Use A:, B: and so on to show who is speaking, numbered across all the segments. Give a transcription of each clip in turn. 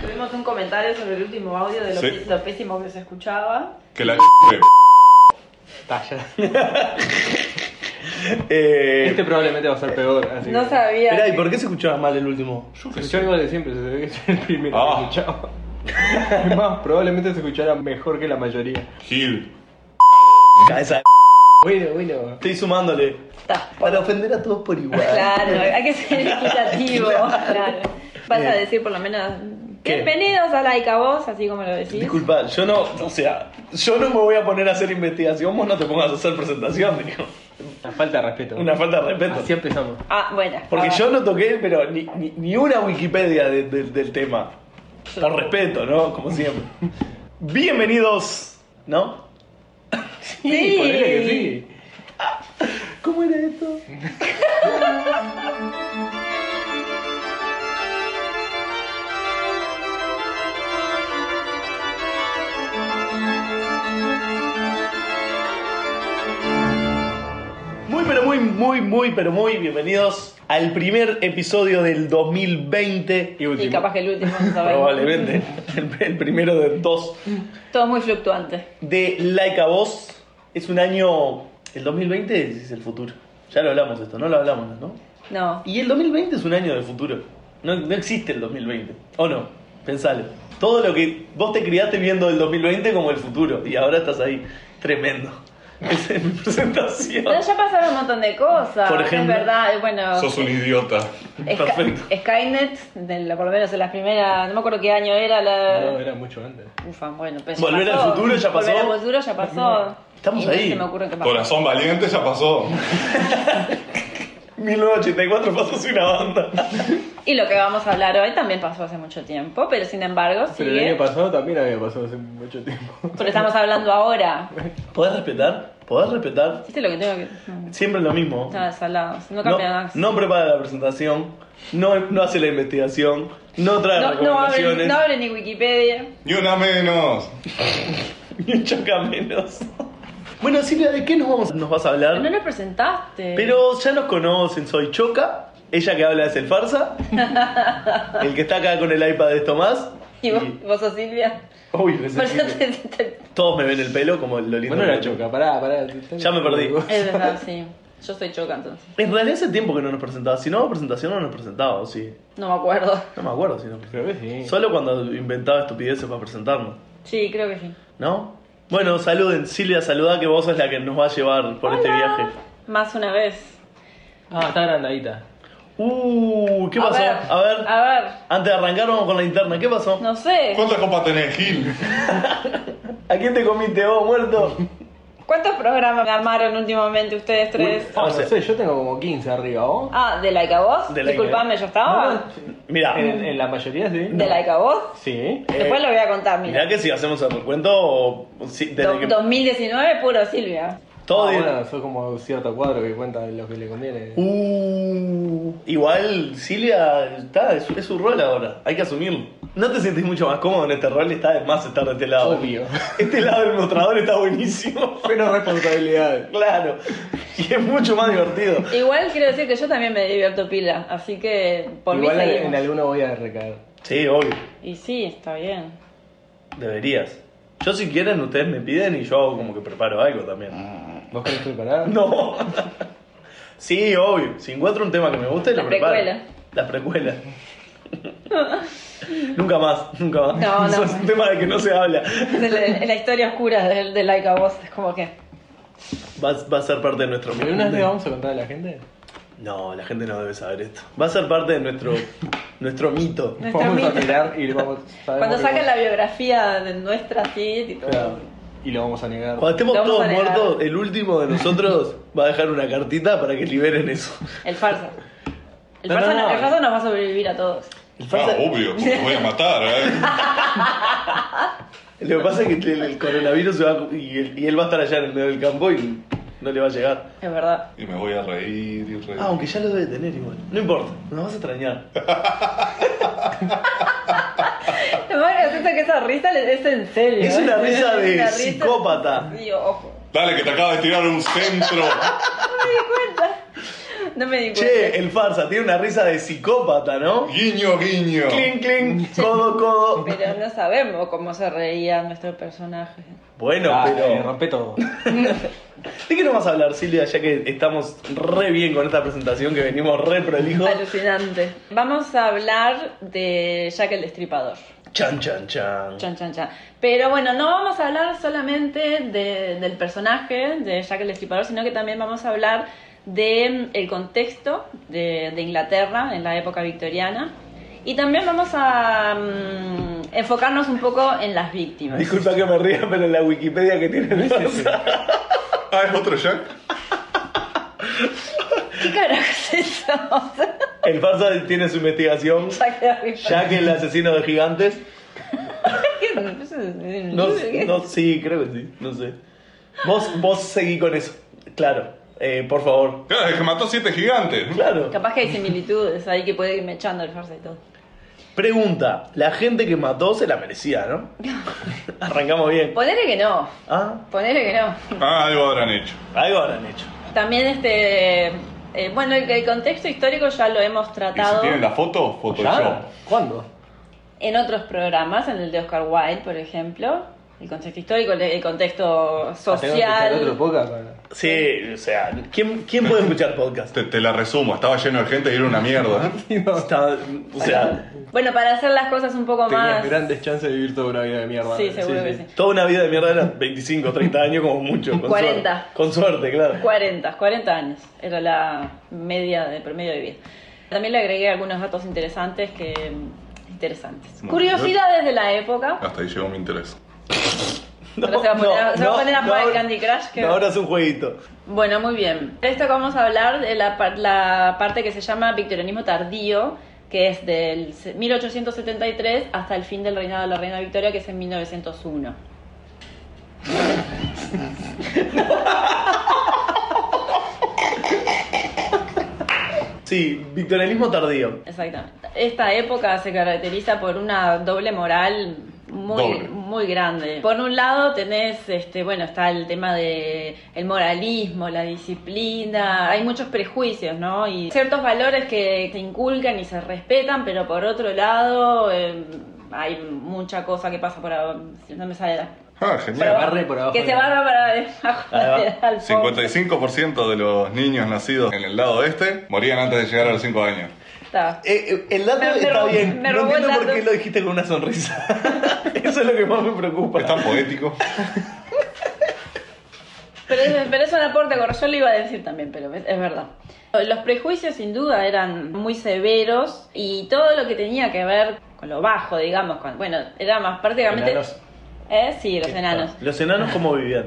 A: Tuvimos un comentario sobre el último audio de lo,
B: Sí.
A: pe- lo pésimo que se escuchaba.
B: Que la ch-
C: Talla.
B: eh,
C: Este probablemente va a ser peor. Así
A: No
C: que-
A: sabía.
D: Mirá, ¿y por qué se escuchaba mal el último?
C: Se escuchaba igual de siempre, se ve que es el primero
B: Ah.
C: que escuchaba. Es más, probablemente se escuchara mejor que la mayoría.
B: Gil.
D: Cabeza de
C: Bueno, bueno.
D: Estoy sumándole. Para ofender a todos por igual.
A: Claro, hay que ser equitativo. claro. Vas a
D: Bien.
A: decir por lo menos.
D: ¿Qué?
A: Bienvenidos a Laika Voz, así como lo decís.
D: Disculpa, yo no, o sea, yo no me voy a poner a hacer investigación, vos no te pongas a hacer presentación, digo.
C: Una falta de respeto.
D: Una falta de respeto.
C: Así empezamos.
A: Ah, bueno.
D: Porque
A: Ah,
D: yo no toqué, pero ni, ni, ni una Wikipedia de- de- del tema. Por respeto, ¿no? Como siempre. Bienvenidos, ¿no?
A: Sí.
C: Ponele que sí.
D: Ah, ¿Cómo era esto? Muy, pero muy, muy, muy, pero muy bienvenidos al primer episodio del 2020.
C: Y
A: Y
C: último.
A: capaz que el último, no sabemos.
D: Probablemente el, el primero de dos
A: Todo muy fluctuante.
D: de Like a Voz. Es un año. El 2020 es el futuro. Ya lo hablamos esto, no lo hablamos, ¿no?
A: No.
D: Y el 2020 es un año del futuro. No, no existe el 2020. ¿O no? Pensalo. Todo lo que vos te criaste viendo el 2020 como el futuro. Y ahora estás ahí. Tremendo. Esa es mi presentación.
A: Pero ya pasaron un montón de cosas.
D: Por ejemplo,
A: Es verdad, y bueno.
B: Sos un idiota.
A: Sky-
D: perfecto.
A: Skynet, de la- por lo menos en las primeras. No me acuerdo qué año era la.
C: No, era mucho antes.
A: Ufa, bueno, pero ya
D: Volver al
A: pasó.
D: futuro ya pasó.
A: Volver al futuro ya pasó.
D: Estamos
A: Y no
D: ahí.
A: se me ocurre qué pasó.
B: Corazón valiente ya pasó.
D: 1984 pasó sin una banda.
A: Y lo que vamos a hablar hoy también pasó hace mucho tiempo, pero sin embargo sigue.
C: Pero el año pasado también había pasado hace mucho tiempo.
A: Pero estamos hablando ahora.
D: ¿Podés respetar? ¿Podés respetar?
A: ¿Viste lo que tengo que.? Mm,
D: Siempre lo mismo.
A: Nada, salados. No
D: No,
A: cambia nada.
D: no prepara la presentación, no, no hace la investigación, no trae
A: No, no abre,
D: recomendaciones,
A: no abre ni Wikipedia.
B: Ni una menos.
D: ni un choca menos. Bueno, Silvia, ¿de qué nos, vamos, nos vas a hablar?
A: No lo presentaste.
D: Pero ya nos conocen, soy Choca, ella que habla es el farsa, el que está acá con el iPad es Tomás.
A: ¿Y vos, vos sos Silvia?
D: Uy, me
A: Por eso
D: sentí-
A: te- te-
D: Todos me ven el pelo como lo lindo.
C: Bueno,
D: que
C: era
D: tengo.
C: choca, pará, pará.
D: Ya me perdí.
A: Es verdad, sí. Yo soy choca entonces.
D: En realidad hace tiempo que no nos presentaba. Si no hubo presentación, no nos presentaba, ¿o sí.
A: No me acuerdo.
D: No me acuerdo si nos
C: Creo que sí.
D: Solo cuando inventaba estupideces para presentarnos.
A: Sí, creo que sí.
D: ¿No? Bueno, saluden, Silvia, saluda que vos sos la que nos va a llevar por este viaje.
A: Más una vez.
C: Ah, está agrandadita.
D: Uh, ¿qué
A: A
D: pasó?
A: ver,
D: a, ver,
A: A ver.
D: antes de arrancar vamos con la interna, ¿qué pasó?
A: No sé.
B: ¿Cuántas copas tenés, Gil?
D: ¿A quién te comiste vos, muerto?
A: ¿Cuántos programas armaron últimamente ustedes tres?
C: Ah,
D: O
C: no
D: sea-
C: sé, yo tengo como 15 arriba, ¿vos?
A: Ah, de Like a Voz.
D: De Like a
A: Disculpame,
D: Voz.
A: yo estaba.
D: Mirá,
C: En, en la mayoría sí.
A: De Like a Voz.
C: Sí.
A: Después lo voy a contar, mira.
D: Eh, mirá que si hacemos el recuento, o- si- desde
A: Do-
D: que
A: 2019 puro Silvia.
D: todo...
C: Ah,
D: di-
C: bueno, sos como cierto cuadro que cuenta lo que le conviene.
D: Uh, igual Silvia está, es, su- es su rol ahora, hay que asumirlo. ¿No te sentís mucho más cómodo en este rol? Está de más estar de este lado.
C: Obvio.
D: Este lado del mostrador está buenísimo.
C: Pero responsabilidad.
D: Claro. Y es mucho más divertido.
A: Igual quiero decir que yo también me divierto pila, así que por
C: Igual
A: mí
C: en,
A: seguimos.
C: en alguno voy a recaer.
D: Sí, obvio.
A: Y sí, está bien.
D: Deberías. Yo si quieren, ustedes me piden y yo hago como que preparo algo también.
C: ¿Vos querés preparar?
D: No. Sí, obvio. Si encuentro un tema que me guste,
A: La
D: lo preparo.
A: precuela.
D: La precuela. nunca más, nunca más.
A: No, no.
D: Eso es un tema de que no se habla.
A: Es la, es la historia oscura de, de Like a Voz, es como que.
D: Va, va a ser parte de nuestro...
C: ¿Pero una vez le vamos a contar a la gente?
D: No, la gente no debe saber esto. Va a ser parte de nuestro, nuestro mito.
A: Nuestro
C: Vamos a
A: mito.
C: mirar y vamos a
A: Cuando sacan la biografía de nuestra así, tipo.
C: y lo vamos a negar.
D: Cuando estemos
A: Lo vamos
D: todos
A: a negar.
D: muertos, el último de nosotros va a dejar una cartita para que liberen eso.
A: El farsa. El,
D: No,
A: farsa
D: no, no.
A: el farsa nos va a sobrevivir a todos.
D: El
B: No,
D: farsa-
B: Ah, obvio, porque voy a matar. ¿eh?
D: Lo que pasa es que el, el coronavirus se va, y, él, y él va a estar allá en el medio del campo y no le va a llegar.
A: Es verdad.
B: Y me voy a reír y reír.
D: Ah, aunque ya lo debe tener igual. No importa, nos vas a extrañar.
A: Lo más gracioso es que esa risa le- es en serio. ¿eh?
D: Es una risa de
A: una
D: psicópata.
A: Sí, ojo.
B: Dale, que te acabas de tirar un centro.
A: No me di cuenta.
D: Che, el farsa tiene una risa de psicópata, ¿no?
B: Guiño, guiño.
D: Cling, cling, codo, codo.
A: Pero no sabemos cómo se reía nuestro personaje.
D: Bueno,
C: Ah, eh,
D: pero.
C: rompe todo.
A: Pues
D: ¿De qué nos vas a hablar, Silvia? Ya que estamos re bien con esta presentación, que venimos re prolijo.
A: Alucinante. Vamos a hablar de Jack el Destripador.
D: Chan, chan, chan.
A: Chan, chan, chan. Pero bueno, no vamos a hablar solamente de- del personaje de Jack el Destripador, sino que también vamos a hablar del el contexto de, de Inglaterra en la época victoriana. Y también vamos a mm, enfocarnos un poco en las víctimas.
D: Disculpa que me ría, pero en la Wikipedia que tiene el farsa.
B: Ah, es otro Jack.
A: ¿Qué carajo es eso?
D: El farsa tiene su investigación.
A: Jack el Destripador.
D: Jack el asesino de gigantes. No,
A: ¿Qué?
D: no, sí, creo que sí, no sé. Vos, vos seguí con eso. Claro, eh, por favor.
B: Claro, es que mató siete gigantes.
D: Claro.
A: Capaz que hay similitudes ahí que puede irme echando el farsa y todo.
D: Pregunta, la gente que mató se la merecía, ¿no? Arrancamos bien.
A: Ponele que no,
D: Ah,
A: ponele que no.
B: Ah, algo habrán hecho.
D: algo habrán hecho.
A: También este... eh, bueno, el, el contexto histórico ya lo hemos
B: Y si
A: tratado
B: tienen la foto, Photoshop.
C: ¿Cuándo? Ah,
A: en otros programas, en el de Oscar Wilde, por ejemplo. El contexto histórico, el, el contexto
C: Ah, tengo que escuchar otro
A: social.
C: podcast para-
D: Sí, o sea, ¿quién, quién puede escuchar podcast?
B: Te, te la resumo, estaba lleno de gente y era una mierda.
D: Está- o sea,
A: Bueno, para hacer las cosas un poco
C: Tenías
A: más...
C: grandes chances de vivir toda una vida de mierda.
A: Sí, seguro que sí.
D: toda una vida de mierda eran 25, 30 años como mucho. Con
A: 40.
D: suerte. con suerte, claro.
A: 40, 40 años era la media de promedio de vida. También le agregué algunos datos interesantes que interesantes.
B: Muy
A: Curiosidades de la época.
B: Hasta ahí llegó mi interés.
A: Ahora se va a poner a- se va a poner a jugar
D: ahora-
A: Candy Crush, que-
D: no, ahora es un jueguito.
A: Bueno, muy bien. De esto que vamos a hablar de la, par- la parte que se llama victorianismo tardío, que es del 1873 hasta el fin del reinado de la reina Victoria, que es en 1901.
D: Sí, victorianismo tardío.
A: Exactamente. Esta época se caracteriza por una doble moral muy,
B: Doble.
A: muy grande. Por un lado tenés, este, bueno, está el tema de el moralismo, la disciplina, hay muchos prejuicios, ¿no? Y ciertos valores que se inculcan y se respetan, pero por otro lado eh, hay mucha cosa que pasa por ahí, no me sale la...
B: Ah,
C: Pero-
B: genial.
C: barre por abajo
A: que
C: de
A: se
C: la-
A: barra para debajo
D: Ahí va.
A: de la alfombra.
B: 55% de los niños nacidos en el lado este morían antes de llegar a los 5 años.
A: Está.
D: Eh, eh, el dato
A: Me- me
D: está
A: robó-
D: bien.
A: me
D: No
A: robó el
D: entiendo por
A: dato.
D: qué lo dijiste con una sonrisa. Eso es lo que más me preocupa.
B: Es tan poético.
A: Pero es, pero es un aporte, correcto. yo lo iba a decir también, pero es, es verdad. Los prejuicios sin duda eran muy severos y todo lo que tenía que ver con lo bajo, digamos, con, bueno, era más prácticamente...
C: Enanos.
A: ¿Eh? Sí, los enanos.
D: Los enanos cómo vivían.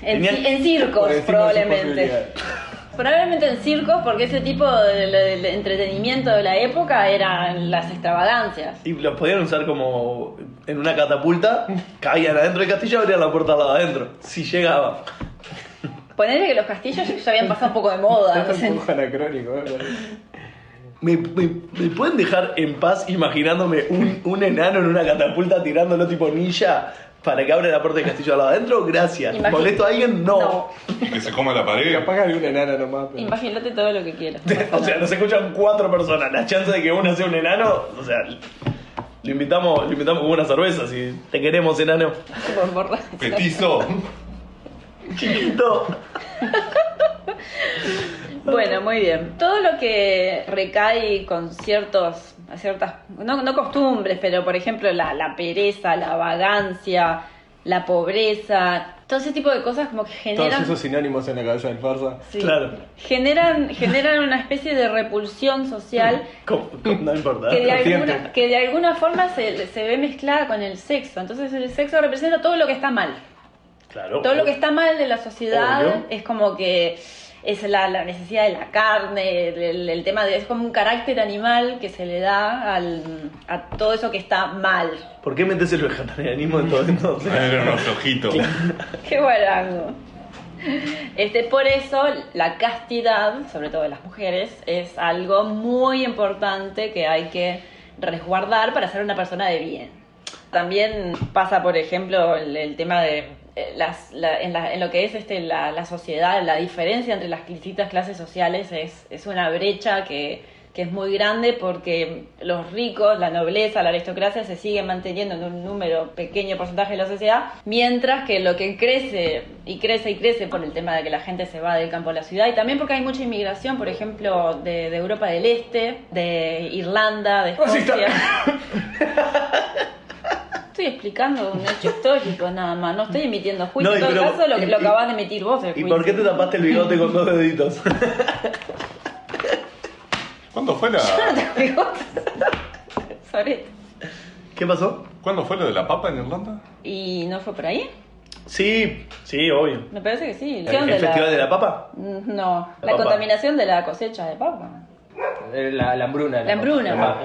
A: En,
D: Tenían-
A: ci- en circos,
C: Por encima de sus
A: probablemente.
C: posibilidades.
A: Probablemente en circos, porque ese tipo de, de- de entretenimiento de la época eran las extravagancias.
D: Y los podían usar como en una catapulta, caían adentro del castillo, abrían la puerta al lado de adentro. Si llegaba.
A: Ponerle que los castillos ya habían pasado un poco de moda.
C: Estás un
A: entonces-
C: poco anacrónico. ¿eh?
D: ¿Me, me- me pueden dejar en paz imaginándome un, un enano en una catapulta tirándolo tipo ninja para que abra la puerta del castillo al lado de adentro? Gracias.
A: Imagina-
D: ¿Molesto a alguien? No.
A: No.
B: Que se come la pared.
C: Capaz que había una enana nomás. pero-
A: Imagínate todo lo que quieras.
D: O sea, nos escuchan cuatro personas. La chance de que una sea un enano, o sea, lo invitamos, lo invitamos con una cerveza si te queremos, enano.
A: Por borrar.
B: Petizo.
D: Chiquito.
A: Bueno, muy bien. Todo lo que recae con ciertos, ciertas, no, no costumbres, pero por ejemplo la, la pereza, la vagancia, la pobreza, todo ese tipo de cosas como que
C: Todos
A: generan...
C: esos sinónimos en la cabeza del farsa.
A: Sí.
D: Claro.
A: Generan, generan una especie de repulsión social
D: ¿Cómo? ¿Cómo? No importa.
A: que de,
C: Consciente.
A: alguna, que de alguna forma se, se ve mezclada con el sexo. Entonces el sexo representa todo lo que está mal.
D: Claro.
A: Todo lo que está mal de la sociedad
D: Obvio.
A: es como que es la, la necesidad de la carne, el, el tema de... Es como un carácter animal que se le da al, a todo eso que está mal.
D: ¿Por qué metes el vegetarianismo en todo entonces?
B: Era unos flojitos.
A: Qué guarango. Este, por eso la castidad, sobre todo de las mujeres, es algo muy importante que hay que resguardar para ser una persona de bien. También pasa, por ejemplo, el, el tema de eh, las, la- en, la- en lo que es este, la, la sociedad, la diferencia entre las distintas clases sociales es, es una brecha que, que es muy grande porque los ricos, la nobleza, la aristocracia se siguen manteniendo en un número pequeño porcentaje de la sociedad, mientras que lo que crece y crece y crece por el tema de que la gente se va del campo a la ciudad y también porque hay mucha inmigración, por ejemplo, de, de Europa del Este, de Irlanda, de
D: Racista.
A: Escocia. Estoy explicando un hecho histórico nada más, no estoy emitiendo juicio.
D: No, y
A: en todo
D: pero-
A: caso, lo,
D: y-
A: lo
D: y-
A: acabas de emitir vos. el
D: ¿Y
A: juicio.
D: por qué te tapaste el bigote con dos deditos?
B: ¿Cuándo fue la,
A: Yo no tengo bigote. Sorete.
D: ¿Qué pasó?
B: ¿Cuándo fue lo de la papa en Irlanda?
A: ¿Y no fue por ahí?
D: Sí, sí, obvio.
A: Me parece que sí.
D: ¿El, festival de la papa?
A: Mm, No, la,
D: La papa.
A: contaminación de la cosecha de papa.
C: Eh, La, la hambruna.
A: La hambruna.
C: papa.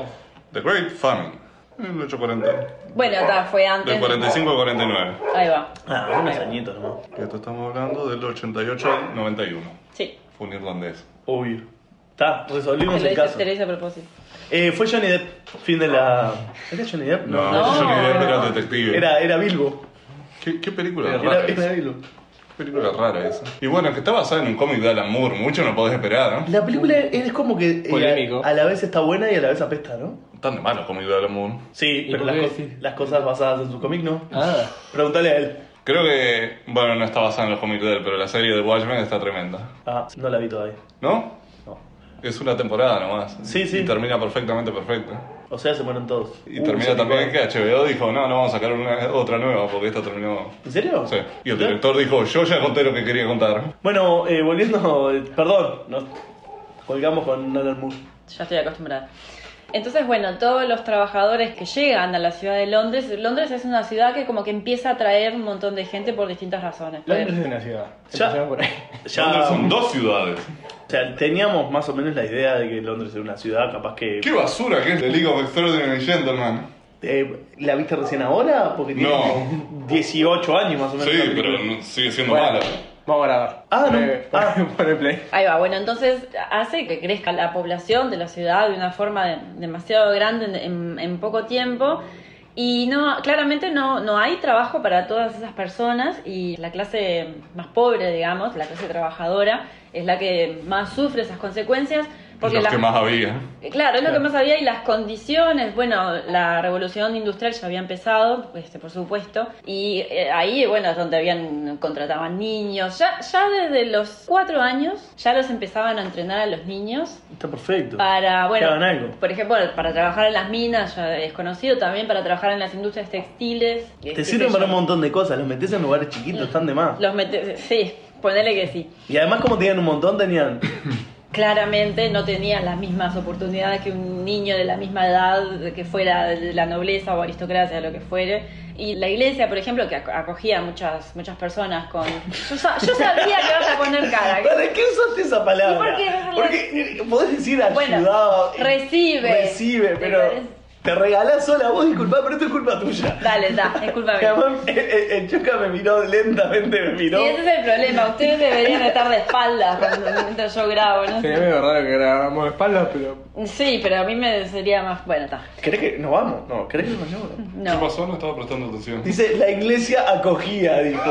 B: The Great Famine. 1840.
A: Bueno, ta, fue antes.
B: Del 45 al 49.
A: Ahí va.
D: Ah, unos añitos nomás.
B: Que esto estamos hablando del 88 al 91.
A: Sí.
B: Fue un irlandés.
D: Obvio. Está,
A: Te
D: resolvimos
A: lo
D: el
A: hice,
D: caso.
A: te lo hice a propósito.
D: Eh, fue Johnny Depp, fin de la. ¿Era Johnny Depp?
B: No,
A: No.
B: Johnny Depp era un detective.
D: Era, era Bilbo.
B: ¿Qué, qué película
C: Era-
B: rara?
D: Era, era Bilbo.
B: Qué película rara esa. Y bueno, que está basada en un cómic de Alan Moore. Mucho no podés esperar,
D: La película es como que. eh,
C: Uh, Polémico.
D: a la vez está buena y a la vez apesta, ¿no?
B: ¿no? Tan de malo cómic de Alan Moore.
D: Sí,
C: ¿Y
D: pero
C: por
D: las,
C: qué
D: co-
C: decís?
D: las cosas basadas en su cómic no.
C: Ah.
D: Pregúntale a él.
B: Creo que, bueno, no está basada en los cómics de él, pero la serie de Watchmen está tremenda.
D: Ah, no la vi todavía.
B: ¿No?
D: No.
B: Es una temporada nomás.
D: Sí, sí.
B: Y termina perfectamente perfecta.
D: O sea, se mueren todos.
B: Y
D: Uh,
B: termina
D: ese
B: también que
D: tipo de-
B: HBO dijo, no, no vamos a sacar una- otra nueva porque esta terminó...
D: ¿En serio?
B: No sé. Y el
D: ¿Ya?
B: director dijo, yo ya conté lo que quería contar.
D: Bueno, eh, volviendo. eh, Perdón, nos colgamos con Alan Moore.
A: Ya estoy acostumbrada. Entonces, bueno, todos los trabajadores que llegan a la ciudad de Londres, Londres es una ciudad que como que empieza a atraer un montón de gente por distintas razones.
C: Londres es una ciudad.
D: Ya.
C: Empezamos por ahí.
B: Londres
D: Ya.
B: son dos ciudades.
D: O sea, teníamos más o menos la idea de que Londres era una ciudad capaz que.
B: ¡Qué basura que es The League of Extraordinary Gentlemen!
D: Eh, ¿La viste recién ahora? Porque tiene
B: No.
D: como 18 años más o menos.
B: Sí,
D: la película.
B: pero no- sigue siendo
C: Bueno,
B: mala.
C: vamos a grabar.
D: Ah, no.
C: Eh,
D: Ah.
C: pon- pon el play.
A: Ahí va, bueno, entonces hace que crezca la población de la ciudad de una forma de- demasiado grande en, en- en poco tiempo y no, claramente no, no hay trabajo para todas esas personas y la clase más pobre, digamos, la clase trabajadora, es la que más sufre esas consecuencias. Porque
B: Los
A: la-
B: que más había.
A: eh, Claro, es lo que más había y las condiciones, bueno, la revolución industrial ya había empezado, este, por supuesto, y eh, ahí, bueno, es donde habían contrataban niños, ya, ya desde los cuatro años ya los empezaban a entrenar a los niños
D: Está perfecto.
A: para, bueno,
D: Que hagan algo.
A: por ejemplo, para trabajar en las minas, ya es conocido también, para trabajar en las industrias textiles. eh, qué
D: Te
A: sé
D: sirven para
A: yo.
D: un montón de cosas. Los metes en lugares chiquitos, están de más.
A: Los mete- sí, ponele que sí.
D: Y además, como tenían un montón, tenían.
A: claramente no tenían las mismas oportunidades que un niño de la misma edad, que fuera de la nobleza o aristocracia, lo que fuere. Y la iglesia, por ejemplo, que ac- acogía a muchas, muchas personas con... Yo, sa- yo sabía que vas a poner cara.
D: ¿Para qué usaste esa palabra?
A: ¿Y por qué?
D: Porque eh, podés decir
A: Bueno,
D: ayudaba.
A: recibe.
D: Recibe,
A: ¿Te
D: pero.
A: parece?
D: Te regalás sola vos, disculpá, pero esto es culpa tuya.
A: Dale, da, discúlpame.
D: Y además, el, el- el Choca me miró lentamente, me
A: Sí,
D: miró.
A: ese es el problema. Ustedes deberían estar de espaldas cuando, mientras yo grabo, ¿no?
C: Sería medio raro que grabamos de espaldas, pero.
A: Sí, pero a mí me sería más... Bueno, está.
D: ¿Querés que nos vamos? No, ¿querés que nos vayamos?
B: ¿Qué
A: No.
B: pasó? No estaba prestando atención.
D: Dice, la iglesia acogía, dijo.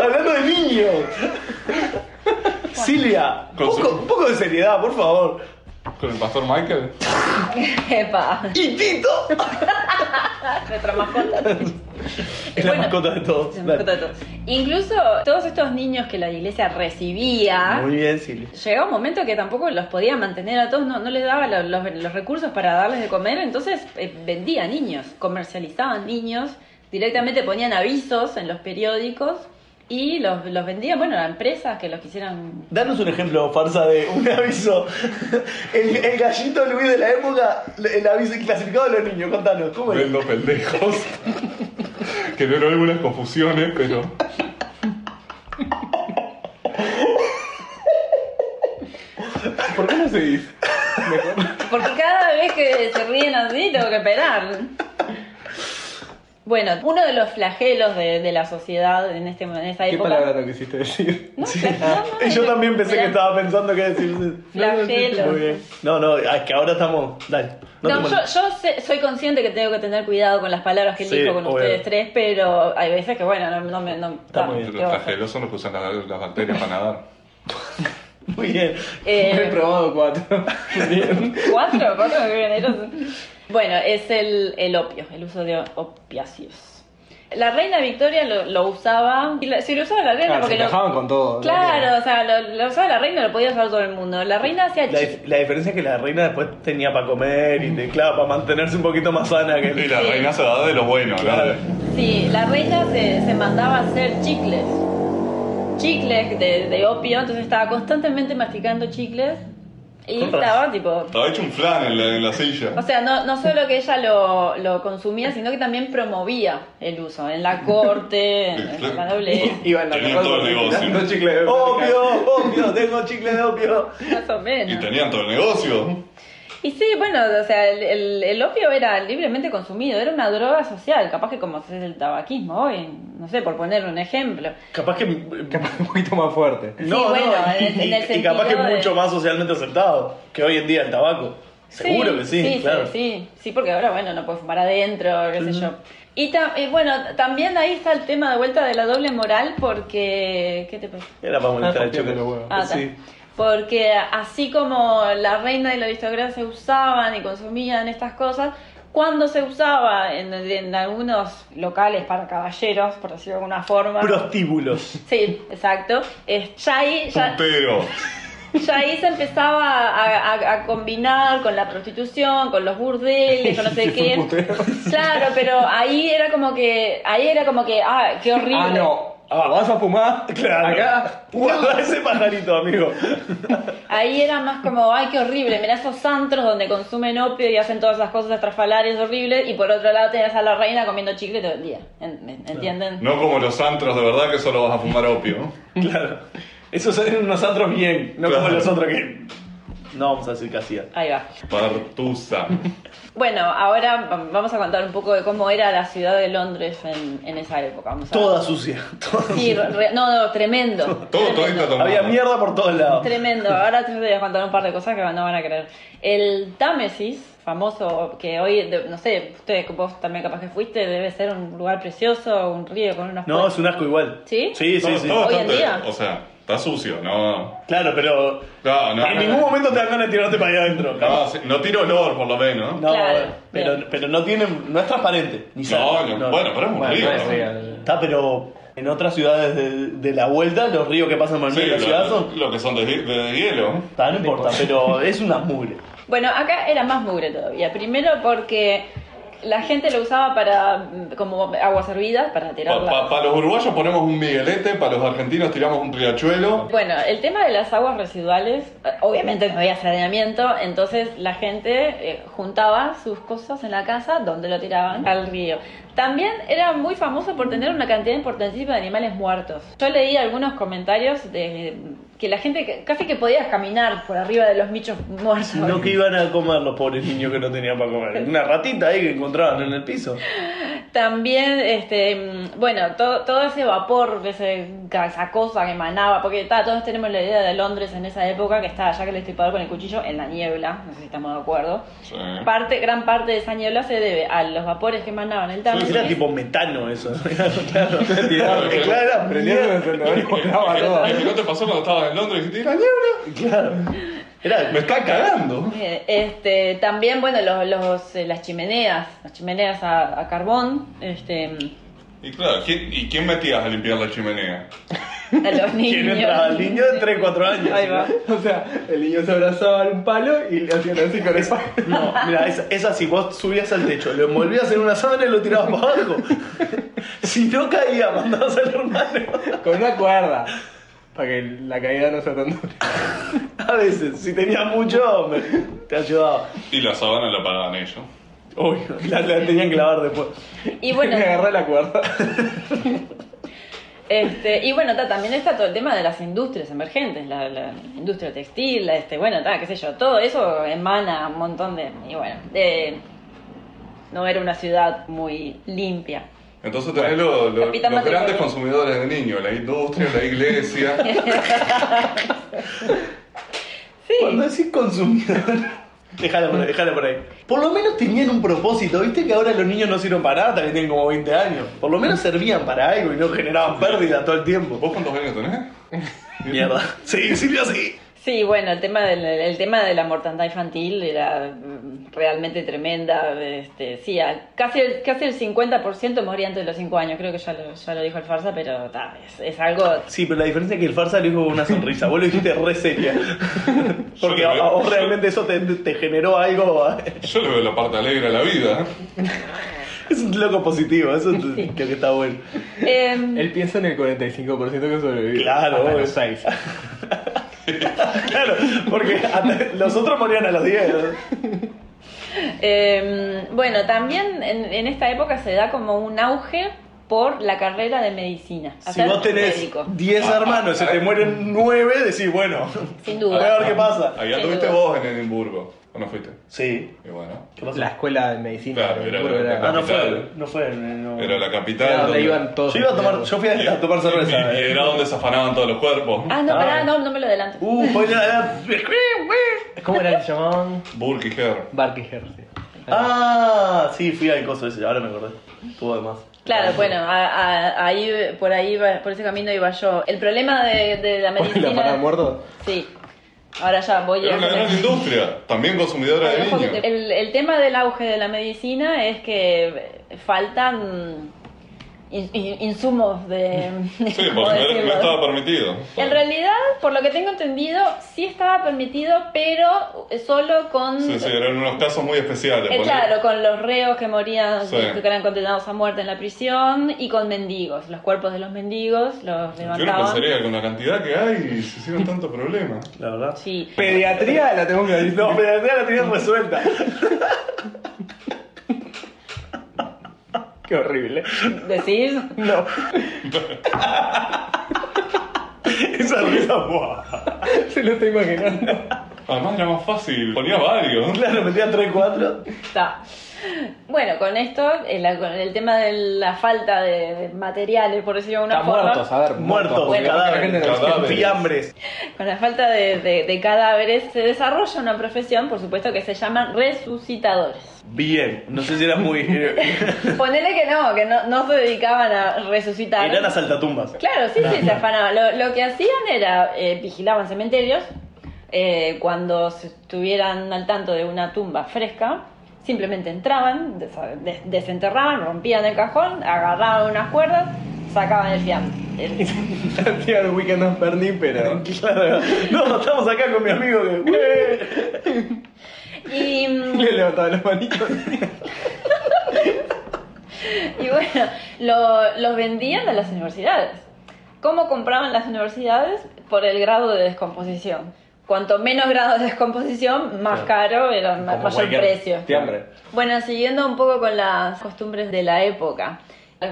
D: Hablando de niños. Silvia, un
B: Con su-
D: poco, un poco de seriedad, por favor.
B: ¿Con el pastor Michael?
A: Epa,
D: Y Tito
A: nuestra mascota.
D: es la
A: Bueno,
D: mascota de todos.
A: Se me corta todo. Incluso todos estos niños que la iglesia recibía,
D: Muy bien, Silvia.
A: Llegaba un momento que tampoco los podía mantener a todos, no, no les daba lo- los, los recursos para darles de comer, entonces eh, vendía niños, comercializaban niños, directamente ponían avisos en los periódicos Y los, los vendían, bueno, a empresas que los quisieran...
D: Danos un ejemplo, farsa, de un aviso. El, el gallito Luis de la época, el aviso el clasificado de los niños, contanos, ¿cómo era?
B: Vendo pendejos. que no algunas confusiones, pero.
C: ¿Por qué no seguís? Mejor.
A: Porque cada vez que se ríen así tengo que esperar. Bueno, uno de los flagelos de, de la sociedad en, este, en esa
C: ¿Qué
A: época...
C: palabra no quisiste decir?
A: No, flag- no, no,
D: Y yo
A: no,
D: también pensé
A: flag-
D: que estaba pensando que decir.
A: Flagelo.
D: Muy bien. No, no, es que ahora estamos. Dale. No, te
A: No, yo,
D: molestes.
A: yo sé- soy consciente que tengo que tener cuidado con las palabras que
D: Sí,
A: elijo con
D: obvio.
A: ustedes tres, pero hay veces que, bueno, no, no me... No,
D: Está muy
A: ¿qué
B: Los
D: bien.
A: vas a hacer?
B: flagelos son los que usan las, las bacterias para nadar.
D: Muy bien.
A: Eh,
C: He probado cuatro. Bien.
A: ¿Cuatro? ¿Cuatro Qué generoso. Bueno, es el, el opio, el uso de opiáceos. La reina Victoria lo, lo usaba. y la- si lo usaba la reina,
C: Ah, se
A: porque lo.
C: encajaban con todo. ¿no?
A: Claro, o sea, lo, lo usaba la reina, lo podía usar todo el mundo. La reina hacía
D: La,
A: chi-
D: la diferencia es que la reina después tenía para comer y te, claro, para mantenerse un poquito más sana que
B: Y
D: el.
B: la
A: Sí.
B: reina se da de lo bueno, ¿no?
D: Claro.
B: De-
A: Sí, la reina se, se mandaba a hacer chicles. Chicles de, de opio, entonces estaba constantemente masticando chicles. Y
D: Con razón.
A: estaba tipo.
B: Estaba hecho un flan en la, en la silla.
A: O sea, no, no solo que ella lo, lo consumía, sino que también promovía el uso en la corte, en, en la nobleza.
C: Iban a
B: Tenían todo el negocio.
C: Dos chicles de
D: Opio, opio, tengo chicle de opio.
A: Más o
B: Y
A: menos.
B: tenían todo el negocio.
A: Y sí, bueno, o sea, el, el- el opio era libremente consumido, era una droga social, capaz que como es el tabaquismo hoy, no sé, por poner un ejemplo.
D: Capaz que
C: Capaz un poquito más fuerte.
D: No,
A: Sí, bueno,
D: no,
A: en
D: y,
A: el- en
D: y-
A: el
D: y capaz que
A: sentido de-
D: mucho más socialmente aceptado que hoy en día el tabaco. Seguro que sí, claro.
A: Sí, sí, sí, porque ahora, bueno, no puedes fumar adentro, qué sé yo. Y, ta- y bueno, también ahí está el tema de vuelta de la doble moral, porque... ¿Qué te pasa?
D: Era para
C: Estás
D: molestar al choque.
C: rompiendo los huevos.
A: Ah,
D: sí.
A: está. Porque así como la reina y la aristocracia usaban y consumían estas cosas, cuando se usaba en, en algunos locales para caballeros, por decirlo de alguna forma.
D: Prostíbulos.
A: Sí, exacto. Es, ya, ahí, ya,
B: Puntero.
A: ya ahí se empezaba a, a- a combinar con la prostitución, con los burdeles, con no sé
C: Fue un
A: qué.
C: putero.
A: Claro, pero ahí era como que, ahí era como que, ah, qué horrible.
C: Ah, no. Ah, ¿Vas a fumar?
D: Claro.
C: Acá.
D: Guarda ese pajarito, amigo.
A: Ahí era más como, ay, qué horrible, mirá esos antros donde consumen opio y hacen todas esas cosas estrafalarias horribles, y por otro lado tenías a la reina comiendo chicle todo el día, En- en- ¿entienden?
B: No como los antros de verdad que solo vas a fumar opio.
D: claro. Esos eran unos otros bien, no como
B: Claro.
D: los otros que. No vamos a decir que hacían.
A: Ahí va.
B: Partusa.
A: Bueno, ahora vam- vamos a contar un poco de cómo era la ciudad de Londres en, en esa época. Vamos a-
D: Toda sucia. toda
A: Sí,
D: sucia.
A: re- no, no, tremendo.
B: Todo, todo está tomado.
D: Había mierda por todos lados.
A: Tremendo. Ahora te voy a contar un par de cosas que no van a creer. El Támesis, famoso, que hoy, de- no sé, ustedes, vos también capaz que fuiste, debe ser un lugar precioso, un río con unos
D: No,
A: puentes.
D: es un asco igual.
A: ¿Sí?
D: Sí, sí,
B: Todo-
D: sí.
B: todo
A: Hoy en
B: bastante-
A: día.
B: O sea, está sucio, no.
D: Claro, pero.
B: No, no.
D: En ningún momento te dan ganas de tirarte para allá adentro.
B: No, sí, no tiro olor, por lo menos.
D: No,
A: Claro,
D: pero,
A: bien.
D: pero no tiene, no es transparente. Ni sale.
B: No, no, bueno, pero es un
C: Bueno,
B: río.
C: no es real.
D: Está, pero en otras ciudades de, de la vuelta, los ríos que pasan por el
B: Sí,
D: medio de la
B: lo,
D: ciudad son.
B: lo que son de, de- de hielo.
D: Está, no importa, pero es una mugre.
A: Bueno, acá era más mugre todavía. Primero porque la gente lo usaba para mm, como agua servida, para
B: Para
A: tirarla.
B: los uruguayos ponemos un miguelete, para los argentinos tiramos un riachuelo.
A: Bueno, el tema de las aguas residuales, eh, obviamente no había saneamiento, entonces la gente eh, juntaba sus cosas en la casa donde lo tiraban al río. También era muy famoso por tener una cantidad importantísima de animales muertos. Yo leí algunos comentarios de que la gente que- casi que podías caminar por arriba de los bichos muertos.
D: No que iban a comer los pobres niños que no tenían para comer. Una ratita ahí que encontraban en el piso.
A: También, este, mm, bueno, todo, todo ese vapor, ese, esa cosa que emanaba, porque ta, todos tenemos la idea de Londres en esa época que estaba Jack el Destripador con el cuchillo en la niebla, no sé si estamos de acuerdo.
B: Sí.
A: Parte, gran parte de esa niebla se debe a los vapores que emanaban el Támesis.
D: Era tipo metano eso. Claro,
B: Claro,
D: claro. era
C: Prendieron el
D: mierda.
C: encendedor y volaba todo.
B: Es que no te pasó cuando estabas en Londres y dijiste, "La niebla,
D: Claro. Era
B: Me está cagando.
A: Eh, Este, también, bueno, los, los, eh, las chimeneas, las chimeneas a, a carbón, este,
B: Y claro, ¿quién- ¿y quién metías a limpiar la chimenea?
A: a los niños.
D: ¿Quién entraba? El niño de 3, 4 años.
A: Ahí va.
C: O sea, el niño se abrazaba en un palo y le hacían así con el palo.
D: No, mira, esa, esa si vos subías al techo, lo envolvías en una sábana y lo tirabas para abajo. Si no caía, mandabas al hermano.
C: Con una cuerda. Para que la caída no sea tan dura.
D: A veces, si tenías mucho, me- te ayudaba.
B: Y la sábana la pagaban ellos.
D: Uy, la, la tenían que lavar después.
A: Y bueno,
C: Me agarré la cuerda.
A: Este, y bueno, ta, también está todo el tema de las industrias emergentes, la, la industria textil, la, este, bueno, ta, qué sé yo, todo eso emana un montón de... Y bueno, de- no era una ciudad muy limpia.
B: Entonces tenés lo- lo- los
A: Capitán Mateo.
B: grandes consumidores de niños, la industria, la iglesia.
A: Sí,
D: Cuando decís consumidor. Déjala por ahí, déjala por ahí. Por lo menos tenían un propósito, viste que ahora los niños no sirven para nada, también tienen como 20 años. Por lo menos servían para algo y no generaban pérdida todo el tiempo.
B: ¿Vos cuántos años tenés?
D: Mierda. Sí, Silvia, sí.
A: sí, bueno, el tema, del, el tema de la mortandad infantil era mm, realmente tremenda. Este, sí, al- casi, el, casi el 50% moría antes de los 5 años, creo que ya lo, ya lo dijo el farsa, pero ta, es, es algo...
D: Sí, pero la diferencia es que el farsa lo dijo con una sonrisa. Vos lo dijiste re seria. Porque
B: Yo
D: a,
B: lo veo.
D: a vos realmente eso te, te generó algo.
B: Yo le veo la parte alegre a la vida. ¿eh?
D: Es un loco positivo, eso es lo que está bueno.
A: Em,
C: Él piensa en el 45% que sobrevive.
D: Claro,
C: Hasta
D: obvio.
C: los 6.
D: Claro, porque hasta los otros morían a los 10.
A: Eh, bueno, también en, en esta época se da como un auge por la carrera de medicina.
D: Si
A: Hacer
D: vos tenés
A: médico,
D: 10 hermanos y se te mueren 9, decís, bueno,
A: Sin
D: a
A: duda.
D: ver qué pasa.
B: Allá
A: Sí,
B: tuviste
A: duda.
B: vos en Edimburgo. ¿O no fuiste?
D: Sí.
B: Y bueno.
D: ¿Qué pasó?
C: La escuela de medicina.
B: Claro, era-
C: Bueno,
B: era-
D: Ah, no fue, no fue. no.
B: Era la capital.
C: era donde
B: donde-
C: iban todos.
D: Yo iba a tomar, yo fui
B: Y-
D: a, a tomar
B: Y,
D: cerveza.
B: y
D: eh.
B: era donde se afanaban todos los cuerpos.
A: Ah, no,
C: Ah.
A: pará, no, no me lo adelanto.
D: Uh, fue la-
C: ¿Cómo era que se llamaban?
B: Burke y Her.
C: Barkiger, sí.
D: Ah, sí, fui al coso ese, ahora me acordé. Tuvo además.
A: Claro, bueno, a- a- ahí, por ahí, iba- por ese camino iba yo. El problema de, de la medicina.
C: ¿La parada de muertos?
A: Sí. Ahora ya voy
B: Era
A: a.
B: una gran industria. También consumidora de
A: Ojo,
B: niños.
A: El, el tema del auge de la medicina es que faltan in- in- insumos de.
B: Sí,
A: ¿cómo
B: porque no- no,
A: decirlo?
B: estaba permitido.
A: En realidad, por lo que tengo entendido, sí estaba permitido, pero eh, solo con...
B: Sí, sí, eran unos casos muy especiales.
A: Eh,
B: ponele.
A: claro, con los reos que morían,
B: Sí.
A: que eran condenados a muerte en la prisión, y con mendigos, los cuerpos de los mendigos los
B: Yo no
A: levantaban.
B: pensaría que con la cantidad que hay se hicieron tanto problema.
D: La verdad.
A: Sí.
C: Pediatría la tengo que decir.
D: No, pediatría la tenías resuelta.
C: Qué horrible.
A: Decís,
C: No.
D: Esa risa, buah.
C: Se lo estoy imaginando.
B: Además era más fácil, ponía varios.
D: Claro, metía 3, 4.
A: está. Bueno, con esto, el, con el tema de la falta de, de materiales, por decirlo de una
C: Están
A: forma,
C: muertos, a ver.
D: Muertos,
C: porque la gente
D: cadáveres,
C: no-
B: cadáveres.
D: fiambres.
A: con la falta de, de- de cadáveres, se desarrolla una profesión, por supuesto, que se llama resucitadores.
D: Bien, no sé si eras muy.
A: Ponele que no, que no, no se dedicaban a resucitar.
D: Eran asaltatumbas.
A: Claro, sí, sí, se afanaban. Lo, lo que hacían era, eh, vigilaban cementerios, eh, cuando se estuvieran al tanto de una tumba fresca, simplemente entraban, desa- des- desenterraban, rompían el cajón, agarraban unas cuerdas, sacaban el fiambre. El-
C: Hacía el weekend of Bernie, pero.
D: Claro. No, estamos acá con mi amigo que. "Ué".
A: Y, mm,
C: Le levantaba los manitos.
A: y bueno, lo- los vendían a las universidades. ¿Cómo compraban las universidades? Por el grado de descomposición. Cuanto menos grado de descomposición, más caro era ma- mayor precio.
C: Fiambre.
A: Bueno, siguiendo un poco con las costumbres de la época.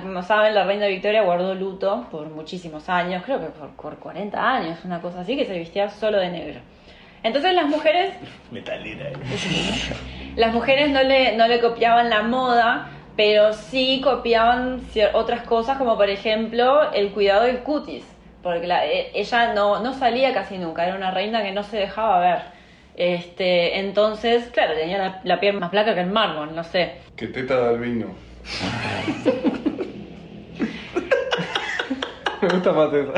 A: Como saben, la reina Victoria guardó luto por muchísimos años, creo que por, por 40 años, una cosa así, que se vestía solo de negro. Entonces las mujeres,
D: Metalera, eh.
A: las mujeres no le, no le copiaban la moda, pero sí copiaban cier- otras cosas, como por ejemplo el cuidado del cutis, porque la- e- ella no, no salía casi nunca, era una reina que no se dejaba ver. Este, entonces, claro, tenía la, la piel más blanca que el mármol, no sé.
B: Que teta da el vino.
C: Me gusta más esa.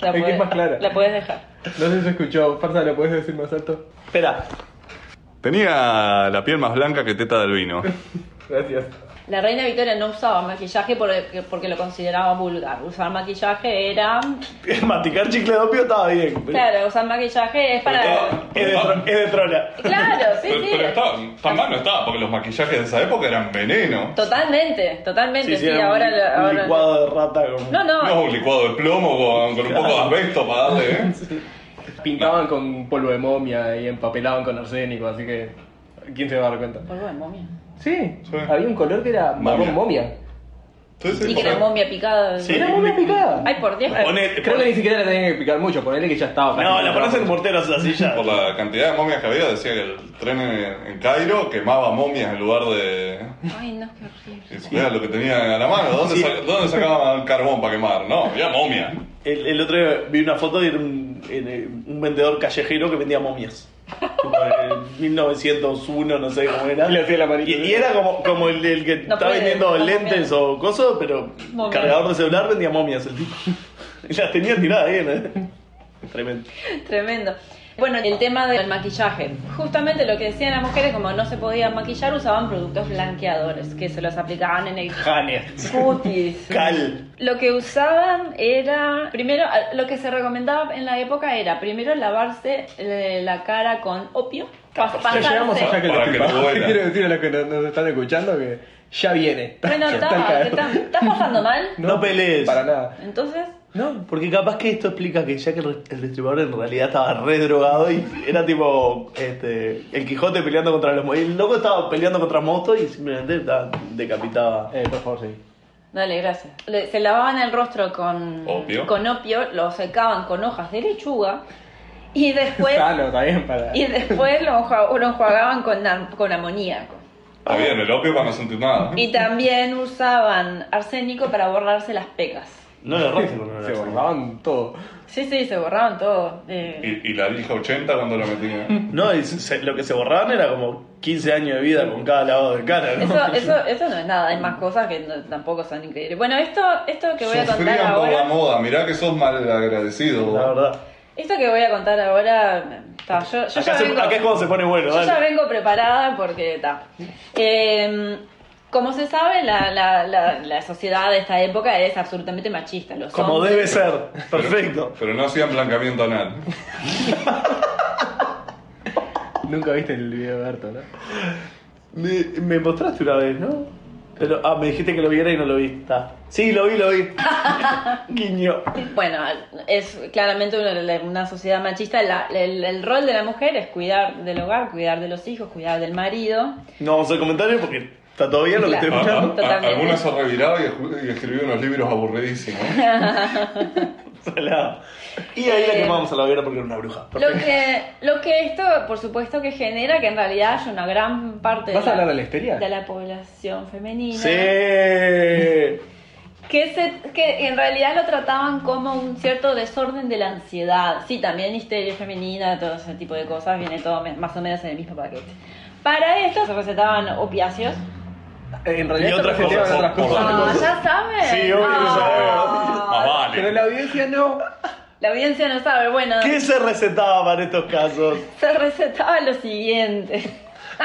A: La
C: Es que es
A: podés-
C: más clara.
A: La puedes dejar.
C: No sé si se escuchó. Farsa, ¿lo puedes decir más alto?
D: Espera,
B: Tenía la piel más blanca que teta del vino.
C: Gracias.
A: La reina Victoria no usaba maquillaje por- porque, lo consideraba vulgar. Usar maquillaje era.
D: eh. Masticar chicle dopio estaba bien. pero-
A: Claro, usar maquillaje es para.
D: Es de, tro- es de trola.
A: Claro, sí,
B: pero
A: sí.
B: pero estaba- tan mal no estaba, porque los maquillajes de esa época eran veneno.
A: Totalmente, totalmente. Sí,
D: era
A: ahora.
D: un,
A: lo-
D: un
A: ahora-
D: licuado de rata como.
A: No, no.
B: No, un licuado de plomo con, con un poco de asbesto para darle, ¿eh?
C: Pintaban con polvo de momia y empapelaban con arsénico, así que. ¿Quién se va a dar cuenta?
A: Polvo de momia.
C: Sí,
B: Sí.
C: había un color que era marrón momia.
B: Sí, sí,
A: Y que era
B: porque-
A: momia picada.
D: Sí.
C: Era momia picada.
A: Ay, por Dios.
D: Ponete-
C: Creo que ni siquiera le tenían que picar mucho, ponele que ya estaba.
D: No, la pones en
C: morro.
D: mortero así ya.
B: Por la cantidad de momias que había, decía que el tren en, en Cairo quemaba momias en lugar de.
A: Ay, no, qué horrible.
B: y Era lo que tenía a la mano. ¿Dónde,
D: Sí.
B: sa- dónde sacaban carbón para quemar? No, había momia.
D: El, el otro día vi una foto y era un, era un vendedor callejero que vendía momias. eh, Como en 1901, no sé cómo era.
C: Y le hacía la manito.
D: Y, y era como, como el, el que
A: No
D: estaba
A: puede,
D: vendiendo
A: no
D: lentes
A: momia.
D: o cosas, pero
A: Momia.
D: cargador de celular vendía momias el tipo. Y las tenía tiradas bien, ¿eh? Tremendo.
A: Tremendo. Bueno, el tema del maquillaje. Justamente lo que decían las mujeres, como no se podían maquillar, usaban productos blanqueadores que se los aplicaban en el
D: Jane.
A: cutis.
D: Cal.
A: Lo que usaban era, primero, a- lo que se recomendaba en la época era, primero lavarse eh, la cara con opio, pas-
C: Ya llegamos
A: pasarse-
C: allá que
B: Para
C: el
B: que no duela.
C: Quiero decir a los que nos, nos están escuchando que ya viene.
A: Bueno,
C: Ya
A: está,
C: está el
A: te
C: cagadero.
A: está- ¿estás pasando mal?
D: No, pelees.
C: Para nada.
A: Entonces,
D: No, porque capaz que esto explica que ya que el re- el distribuidor en realidad estaba re drogado y era tipo este, el Quijote peleando contra los monstruos. El loco estaba peleando contra monstruos y simplemente estaba- decapitaba.
C: Eh, por favor, sí.
A: dale, gracias. Le- se lavaban el rostro con
B: Opio.
A: con opio, lo secaban con hojas de lechuga y después...
C: Sano también para.
A: Pues, Y después lo, enjua- lo enjuagaban con, am- con amoníaco.
B: Había en el opio para no sentir nada.
A: Ah.
D: Ah.
A: Y también usaban arsénico para borrarse las pecas.
D: No le erraste con una
C: Se
D: lanza.
C: borraban todo.
A: Sí, sí, se borraban todo. eh.
B: Y, y la lija 80 cuando la metía.
D: No, y se- se- lo que se borraban era como 15 años de vida con cada lavado de cara. ¿no?
A: Eso, eso, eso no es nada, hay más cosas que no- tampoco son increíbles. Bueno, esto, esto que voy a contar
B: Sufrían por la
A: ahora.
B: moda. Mirá que sos mal agradecido.
D: La verdad.
A: Esto que voy a contar ahora. ta, yo, yo
D: acá,
A: ya
D: se-
A: vengo-
D: acá es cuando se pone bueno,
A: Yo
D: dale.
A: ya vengo preparada porque está. como se sabe, la, la, la, la sociedad de esta época es absolutamente machista. Los
D: Como
A: hombres-
D: debe ser. Perfecto.
B: Pero no hacían blancamiento anal.
C: Nunca viste el video de Berto, ¿no?
D: Me, me mostraste una vez, ¿no? Pero, ah, me dijiste que lo viera y no lo vi. Está. Sí, lo vi, lo vi. Guiño.
A: Bueno, es claramente una, una sociedad machista. La- el, el rol de la mujer es cuidar del hogar, cuidar de los hijos, cuidar del marido.
D: No vamos a hacer comentarios porque está todo bien lo que
A: Claro.
D: estoy
B: A- a-
D: escuchando.
A: Totalmente.
B: a- Algunos se reviraban y, escu- y escribían unos libros aburridísimos.
D: Salado. Y ahí la
A: Eh,
D: quemamos a la hoguera porque era una bruja.
A: Lo que, lo que esto, por supuesto, que genera que en realidad haya una gran parte
C: ¿Vas a
A: de, la,
C: hablar de la histeria?
A: de la población femenina
D: Sí.
A: que, se, que en realidad lo trataban como un cierto desorden de la ansiedad. Sí, también histeria femenina, todo ese tipo de cosas, viene todo me- más o menos en el mismo paquete. Para esto se recetaban opiácios.
C: Eh, En realidad
D: Y
C: se
D: otras
C: referían
D: cosas,
C: a otras
B: por- por-
C: cosas.
A: Ah, ya saben.
D: Sí, obvio que
A: Ah.
D: sabemos.
B: Más
C: Pero
B: vale.
C: la audiencia no.
A: La audiencia no sabe, bueno,
D: ¿Qué se recetaba para estos casos?
A: se recetaba lo siguiente. Se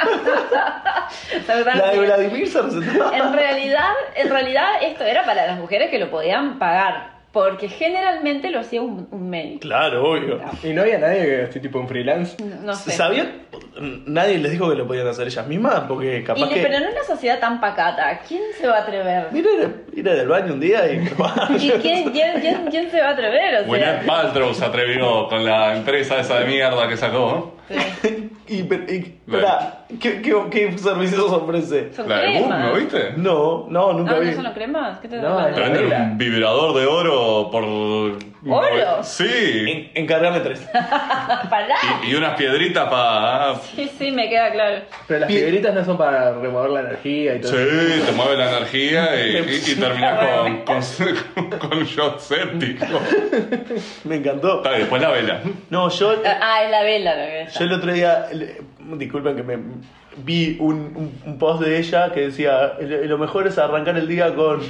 A: recetaba lo
D: La de
A: siguiente.
D: Vladimir se recetaba.
A: en realidad, en realidad esto era para las mujeres que lo podían pagar, porque generalmente lo hacía un, un médico.
D: Claro, obvio.
C: Y no había nadie que esté tipo en freelance.
A: No, no sé.
D: ¿Sabían? Nadie les dijo que lo podían hacer ellas mismas porque
A: Y
D: capaz
A: le-
D: que.
A: Pero en una sociedad tan pacata, ¿quién se va a atrever?
D: Mira, ir al baño un día y
A: ¿Y quién, quién, quién- quién se va a atrever? O sea,
B: Gwyneth Paltrow se atrevió con la empresa esa de mierda que sacó.
A: sí.
D: y, per- y- pará, ¿qué, qué, qué servicios ofrece?
A: son
B: La de Boom,
A: cremas.
B: ¿no viste?
D: No, no, nunca
A: Ah,
D: vi.
A: ¿no son los cremas? ¿Qué te
C: No,
A: hablando?
B: Te venden
C: Vela.
B: un vibrador de oro por.
A: ¿Oro?
B: Sí.
D: En- encargame tres.
A: Ah, Pará.
B: Y, y unas piedritas ah, para.
A: Sí, sí, me queda claro.
C: Pero las
D: Bien.
C: figuritas no son para remover la energía y todo
B: Sí, te mueve la energía y, y- y terminás con, con, con un shot séptico.
D: Me encantó.
B: Está bien, después la vela.
D: No, yo. eh,
A: Ah, es la vela lo que es.
D: Yo el otro día, el- disculpen que me vi un, un- un post de ella que decía, "El- lo mejor es arrancar el día con...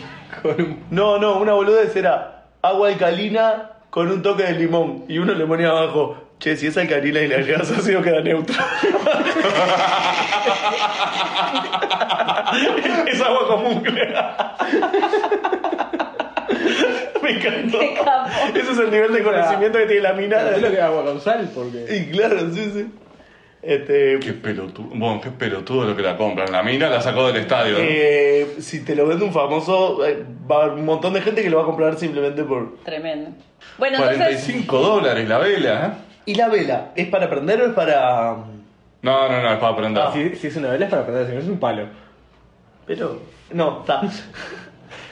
C: Con un-
D: No, no, una boludez era agua alcalina con un toque de limón y uno le pone abajo, che, si es alcalina y le agregas ácido queda neutro. es agua común. Me encantó.
A: Qué capo.
D: Ese es el nivel de conocimiento que tiene la mina.
C: Es lo que hago con sal, porque.
D: Y claro, sí, sí. Este,
B: Qué pelotudo. Bueno, qué pelotudo lo que la compran. La mina la sacó del estadio. ¿no?
D: eh, si te lo vende un famoso, eh, va a haber un montón de gente que lo va a comprar simplemente por...
A: Tremendo. Bueno, entonces.
B: 45 dólares la vela. ¿eh?
D: ¿Y la vela? ¿Es para prender o es para...?
B: No, no, no, es para aprender.
A: Ah.
C: Si, si es una vela es para perder, si no es un palo.
D: Pero... No, está.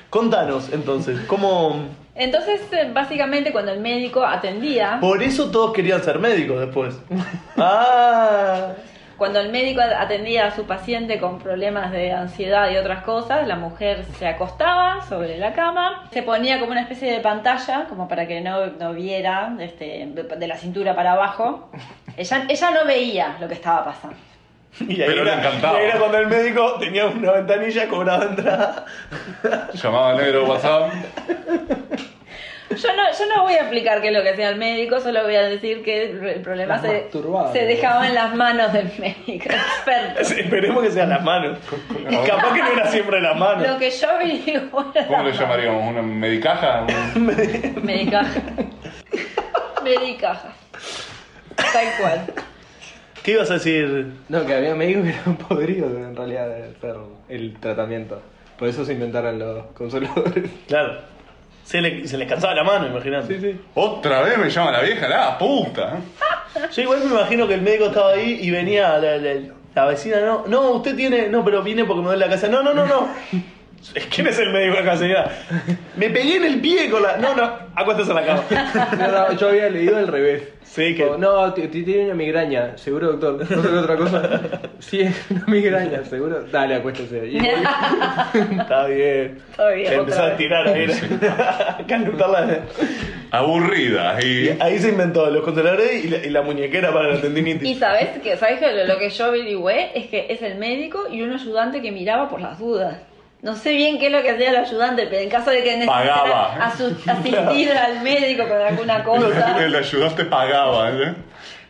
D: Contanos entonces, ¿cómo...?
A: Entonces, eh, básicamente, cuando el médico atendía,
D: Por eso todos querían ser médicos después. Ah,
A: cuando el médico atendía a su paciente con problemas de ansiedad y otras cosas, la mujer se acostaba sobre la cama, se ponía como una especie de pantalla, como para que no, no viera, este, de, de la cintura para abajo. Ella, ella no veía lo que estaba pasando.
D: y
B: Pero le
D: era,
B: encantaba.
D: y ahí era cuando el médico tenía una ventanilla, cobraba entrada.
B: Llamaba al negro WhatsApp.
A: Yo no, yo no voy a explicar qué es lo que hacía el médico, solo voy a decir que el problema
C: Las
A: se,
C: masturbadas.
A: se dejaba en las manos del médico experto.
D: Esperemos que sean las manos. Y capaz que no era siempre las
A: Lo
D: manos.
A: que yo averiguo era
B: ¿Cómo le llamaríamos? ¿Una medicaja? Un-
A: Medicaja. Medicaja. Tal cual.
D: ¿Qué ibas a decir?
C: No, que había médicos que eran podridos en realidad de hacer el tratamiento. Por eso se inventaron los consoladores.
D: Claro. Se le, se le cansaba la mano, imagínate.
C: Sí, sí.
B: Otra vez me llama la vieja, la puta. ¿eh?
D: Yo igual me imagino que el médico estaba ahí y venía la, la- la vecina, no, no, usted tiene, no, pero vine porque me duele la casa, no, no, no, no. ¿Quién es el médico acá, señora? Me pegué en el pie con la... No, no, acuéstese en la cama. Oh,
C: No, no, yo había leído al revés.
D: Sí, que-
C: Como, No, t- t- tiene una migraña, seguro doctor. No sé qué otra cosa. Sí, es una migraña, seguro. Dale, acuéstese. Y-
D: Está bien.
A: Está bien,
D: Le
A: otra
D: empezó a
A: vez.
D: tirar ahí. a calentarla.
B: Aburrida.
D: Y
B: Y
D: ahí se inventó los controladores y la, y la muñequera para la tendinitis.
A: Y sabes que, ¿sabes que lo, lo que yo averigüé es que es el médico y un ayudante que miraba por las dudas. No sé bien qué es lo que hacía el ayudante, pero en caso de que
B: Pagaba.
A: necesitara asu- asistir al médico con alguna cosa.
B: el ayudante pagaba. ¿eh?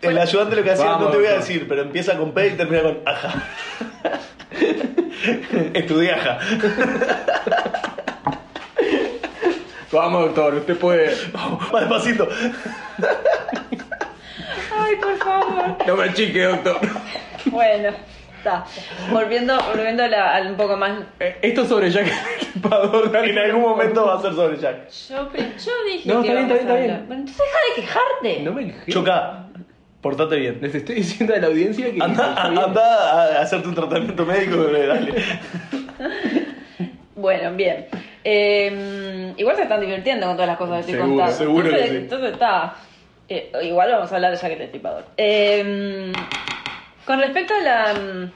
D: El ayudante lo que hacía, no
C: Vamos,
D: te voy a
C: doctor.
D: decir, pero empieza con P y termina con aja. Estudié aja.
C: Vamos, doctor, usted puede.
D: Más despacito.
A: Ay, por favor.
C: No me chique, doctor.
A: Bueno, está. Volviendo, volviendo a la- al un poco más
C: Eh, Esto sobre Jack el Estripador. dale.
D: En algún momento va a ser sobre Jack.
A: Yo, pre- yo dije
C: No,
A: que
C: está
A: vamos
C: bien, está bien, está
A: a
C: bien.
A: hablar. Bueno, entonces deja de quejarte.
C: No me enje-
D: Choca, portate bien.
C: Les estoy diciendo a la audiencia que.
D: Anda,
C: que está bien.
D: anda a hacerte un tratamiento médico, bro, dale.
A: Bueno, bien. Eh, igual se están divirtiendo con todas las cosas que estoy
C: Seguro,
A: contando.
D: seguro
A: entonces,
D: que sí.
A: entonces está. Eh, igual vamos a hablar de Jack el Destripador. Eh, con respecto a la. mm,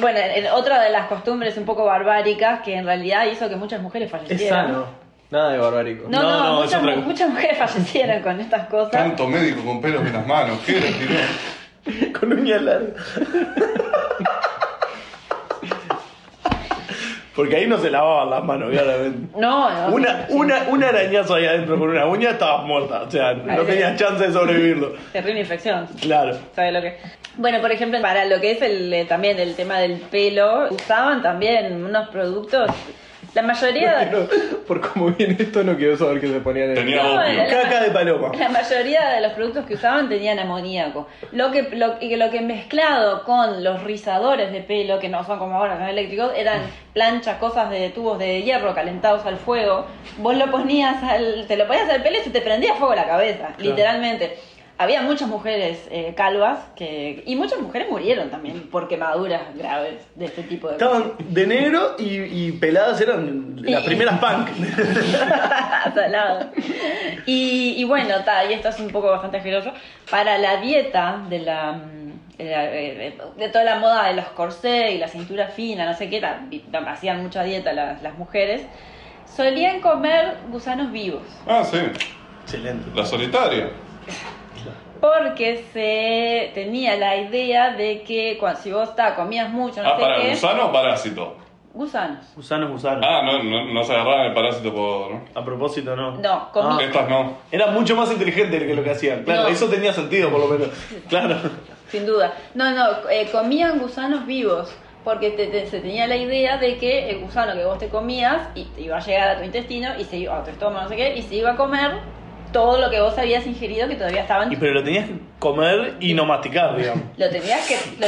A: Bueno, en- en otra de las costumbres un poco barbáricas que en realidad hizo que muchas mujeres fallecieran.
C: Es sano. Nada de barbárico.
A: No, no,
D: No, no, es
A: muchas,
D: otra-
A: mu- muchas mujeres fallecieron con estas cosas.
B: Tanto médico con pelos en las manos. ¿Qué le tiró?
D: Con uñas largas. Porque ahí no se lavaban las manos, claramente.
A: No, no.
D: Una, una, un arañazo ahí adentro con una uña estabas muerta. O sea, no
A: Ahí.
D: tenías chance de sobrevivirlo.
A: Terrible infección.
D: Claro.
A: ¿Sabe lo que? Bueno, por ejemplo, para lo que es el eh, también el tema del pelo, usaban también unos productos. La mayoría
C: Pero, por cómo viene esto, no quiero saber qué se ponían en
B: Tenía
A: No,
B: opio.
A: era-
D: Caca de paloma.
A: la mayoría de los productos que usaban tenían amoníaco. Lo que lo, y que lo que mezclado con los rizadores de pelo, que no son como ahora, son eléctricos, eran planchas, cosas de tubos de hierro calentados al fuego. Vos lo ponías al, te lo ponías al pelo y se te prendía fuego la cabeza, literalmente. Había muchas mujeres eh, calvas que, y muchas mujeres murieron también por quemaduras graves de este tipo de cosas.
D: Estaban de negro y, y peladas eran las
A: Y-
D: primeras punk.
A: Salado. Y, y bueno, ta, y esto es un poco bastante asqueroso. Para la dieta de la. mm, De, la- eh, de toda la moda de los corsés y la cintura fina, no sé qué, ta, vi- ta, hacían mucha dieta las, las mujeres, solían comer gusanos vivos,
B: Ah, sí.
D: Excelente.
B: La solitaria.
A: porque se tenía la idea de que cuando, si vos ta, comías mucho, no
B: Ah,
A: sé
B: para
A: qué,
B: gusano o parásito.
A: Gusanos.
D: Gusanos, gusanos.
B: Ah, no, no, no se agarraban el parásito por... ¿no?
D: A propósito, no. Ah,
A: No, comí.
B: Estas no.
D: Era mucho más inteligente que lo que hacían. Claro,
A: No.
D: eso tenía sentido, por lo menos. Claro.
A: Sin duda. No, no, eh, comían gusanos vivos, porque te- te- se tenía la idea de que el gusano que vos te comías y, te iba a llegar a tu intestino y se iba a tu estómago, no sé qué, y se iba a comer todo lo que vos habías ingerido que todavía estaban.
D: Y, pero lo tenías que comer y no masticar, digamos.
A: Lo tenías que. Lo,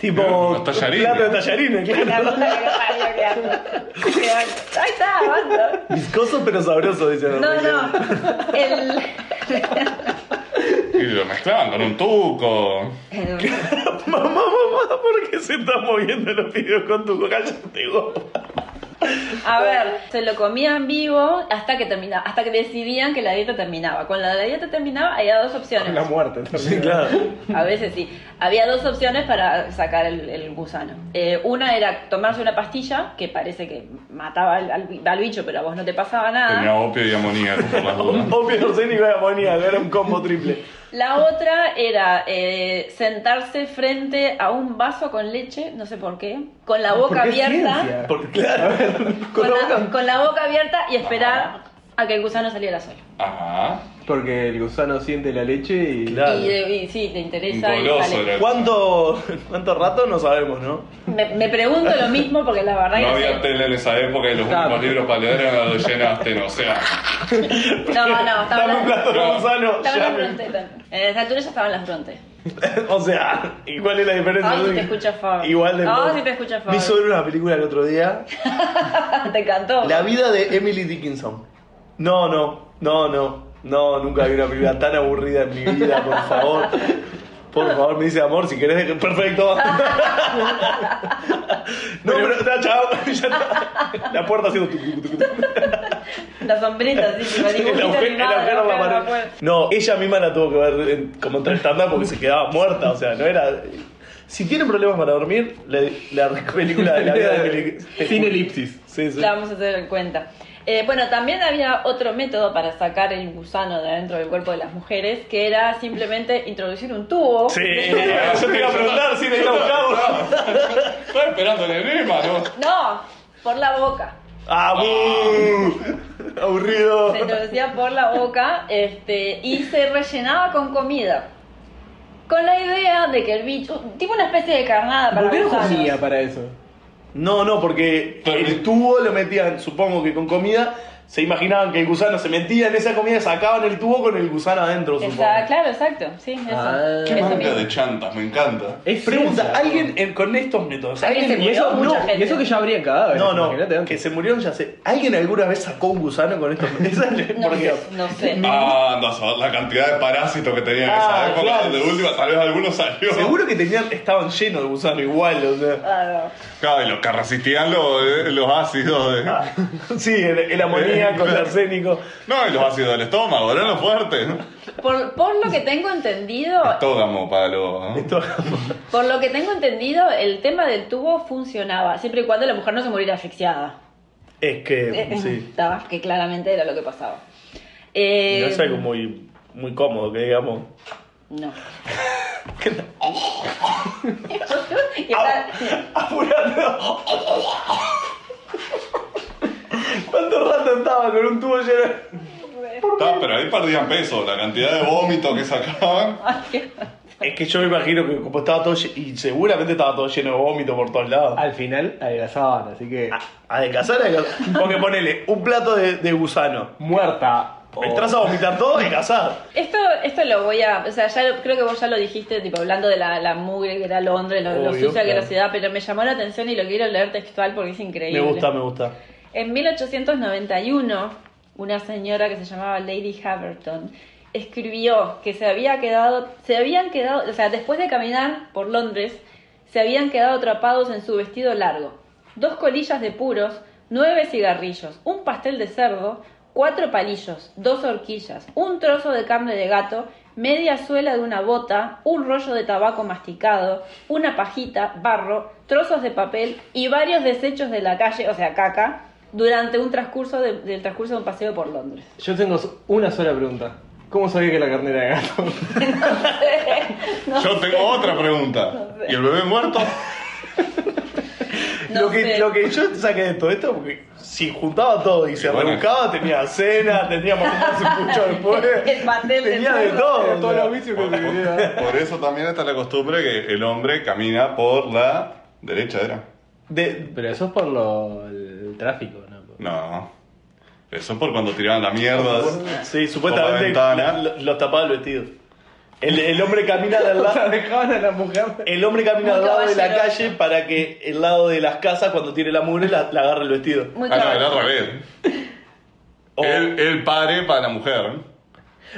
D: Tipo,
B: Los tallarines.
D: plato de tallarines,
A: la
D: claro.
A: puta que lo parió, qué asco. Qué asco. Ahí está, basta.
D: Viscoso pero sabroso, dice la
A: No,
D: religión.
A: no. El.
B: Y lo mezclaban con un tuco.
A: el-
D: Mamá, mamá, ¿por qué se están moviendo los videos con tu cállate, guapa?
A: A ver, se lo comían vivo hasta que terminaba, hasta que decidían que la dieta terminaba. Cuando la dieta terminaba, había dos opciones.
C: Con la muerte. también.
D: Sí, claro.
A: A veces sí. Había dos opciones para sacar el, el gusano. Eh, una era tomarse una pastilla, que parece que mataba al, al- al bicho, pero a vos no te pasaba nada.
B: Tenía opio y amoníaco por las dudas.
D: Opio arsénico y amoníaco, era un combo triple.
A: La otra era eh, sentarse frente a un vaso con leche, no sé por qué, con la boca
C: Porque es
A: abierta.
C: ciencia.
D: Porque, claro,
A: Con
D: con la
A: la,
D: boca-
A: con la boca abierta y esperar a que el gusano saliera solo.
B: Ajá.
C: Porque el gusano siente la leche y.
D: Claro.
A: Y, de- y sí, te interesa. y
B: Goloso
A: sale.
B: era.
D: ¿Cuánto, ¿Cuánto rato? No sabemos, ¿no?
A: Me, me pregunto lo mismo porque la verdad
B: No
A: que
B: había
A: sé.
B: tele en esa época y los
C: Claro.
B: únicos libros para leer eran los de Jane Austen, o sea.
A: No, no, estaba
D: Dame un plato de
B: No.
D: gusano.
A: Estaban las
D: llame.
A: brontes también. En esa altura ya estaban las brontes.
D: O sea, ¿y cuál es la diferencia?
A: Ay, si Ah, te escucha Fabio.
D: Igual de
A: Ay, si te escucha Fabio.
D: Vi sobre una película el otro día,
A: Te encantó.
D: La vida de Emily Dickinson. No, no, no, no, no, nunca vi una película tan aburrida en mi vida, por favor. Por favor, me dice amor, si querés, dejar- perfecto. No, pero, no, chao, ya está. La puerta haciendo tuc, tuc, tuc, tuc.
A: Las sombritas, sí, sí, la
D: El
A: dibujita
D: agujero- el
A: animada,
D: agujero en la
A: la
D: pared.
A: puerta.
D: No, ella misma la tuvo que ver en- como entrestanda porque se quedaba muerta, o sea, no era. Si tienen problemas para dormir, le- la película de la vida de Emily. te
C: Sin
D: juro.
C: elipsis.
D: Sí, sí.
A: La vamos a tener en cuenta. Eh, bueno, también había otro método para sacar el gusano de adentro del cuerpo de las mujeres, que era simplemente introducir un tubo.
D: Sí, yo te iba a preguntar si le iba a buscar.
B: Estaba esperando el enema, ¿no?
A: No, por la boca.
D: ¡Ah, bu! Aburrido.
A: Se introducía por la boca este, y se rellenaba con comida. Con la idea de que el bicho, tipo una especie de carnada para
C: ¿Por qué no
A: gusanos.
C: comía para eso?
D: No, no, porque el tubo lo metían, supongo que con comida. Se imaginaban que el gusano se metía en esa comida, sacaban el tubo con el gusano adentro, supongo.
A: Esa- claro, exacto. Sí, eso.
C: Ah.
B: Qué
A: Eso
B: manga
A: mismo.
B: de chantas, me encanta.
C: Es
D: Pregunta,
C: ciencia.
D: ¿alguien en- con estos métodos?
A: Alguien
D: ¿Alguien
A: se
C: Y eso,
A: Mucha
C: no,
A: gente.
C: y eso que ya habrían cadáveres.
D: No, no,
C: imagínate antes.
D: que se murieron ya sé. ¿Alguien alguna vez sacó un gusano con estos métodos?
A: No
D: Porque-
A: sé, no sé.
B: Ah, andas a ver la cantidad de parásitos que tenían en
D: Ah,
B: esa época.
D: claro.
B: De última, tal vez alguno salió.
D: Seguro que tenían, estaban llenos de gusano igual, o sea.
A: Ah,
B: Claro, y los que resistían los, los ácidos. De...
D: Ah.
C: Ah.
D: Sí, el, el amoníaco, el arsénico.
B: No, y los ácidos del estómago, eran los fuertes.
A: no. Por, por lo que tengo entendido,
B: Estógamo para los. ¿no?
D: Esto-
A: por lo que tengo entendido, el tema del tubo funcionaba, siempre y cuando la mujer no se muriera asfixiada.
D: Es
A: Eh,
D: que, sí.
A: Estaba- que claramente era lo que pasaba. Eh,
D: No es algo muy, muy cómodo, que digamos.
A: No. Y ahora-
D: Apurando. ¿Cuánto rato estaba con un tubo lleno?
B: Está, pero ahí perdían peso, la cantidad de vómito que sacaban.
A: Ay, qué-
D: Es que yo me imagino que como estaba todo lle- y seguramente estaba todo lleno de vómito por todos lados.
C: Al final adelgazaban, así que.
D: A, a descansar, a descansar. Porque ponele un plato de, de gusano.
C: Muerta. o-
D: Entras a vomitar todo y casar.
A: Esto, esto lo voy a. O sea, ya lo- creo que vos ya lo dijiste, tipo, hablando de la, la mugre que era Londres, lo, lo
D: Obvio,
A: sucia que era
D: claro.
A: la ciudad, pero me llamó la atención y lo quiero leer textual porque es increíble.
D: Me gusta, me gusta.
A: En 1891, una señora que se llamaba Lady Haverton escribió que se había quedado, se habían quedado, o sea, después de caminar por Londres, se habían quedado atrapados en su vestido largo, dos colillas de puros, nueve cigarrillos, un pastel de cerdo, cuatro palillos, dos horquillas, un trozo de carne de gato, media suela de una bota, un rollo de tabaco masticado, una pajita, barro, trozos de papel y varios desechos de la calle, o sea, caca, durante un transcurso de- del transcurso de un paseo por Londres.
C: Yo tengo una sola pregunta. ¿Cómo sabía que la carne era de gato?
A: No
B: Yo tengo otra pregunta. ¿Y el bebé muerto?
A: No
D: lo, que,
A: sé.
D: lo que yo saqué de todo esto, porque si juntaba todo y se
B: Y bueno.
D: arrancaba, tenía cena, tenía más un pucho después.
A: El pastel del
D: tenía de
A: cerdo.
D: todo. o
C: Todos
D: sea.
C: los vicios que
B: Por,
C: se quería.
B: por eso también está la costumbre que el hombre camina por la derecha, ¿era?
D: De-
C: Pero eso es por lo, el tráfico, ¿no?
B: No. Eso es por cuando tiraban la mierda.
D: sí, supuestamente
B: Por la ventana.
D: la- lo- los tapaba el vestido. El, el hombre camina de al
C: O sea,
D: lado.
C: dejaban a la mujer.
D: El hombre camina
A: Muy
D: al lado de la
A: caballero.
D: calle para que el lado de las casas, cuando tire la mugre, la, la agarre el vestido.
A: Muy
B: Ah, no,
A: claro.
B: era al revés.
D: O-
B: El, el padre para la mujer.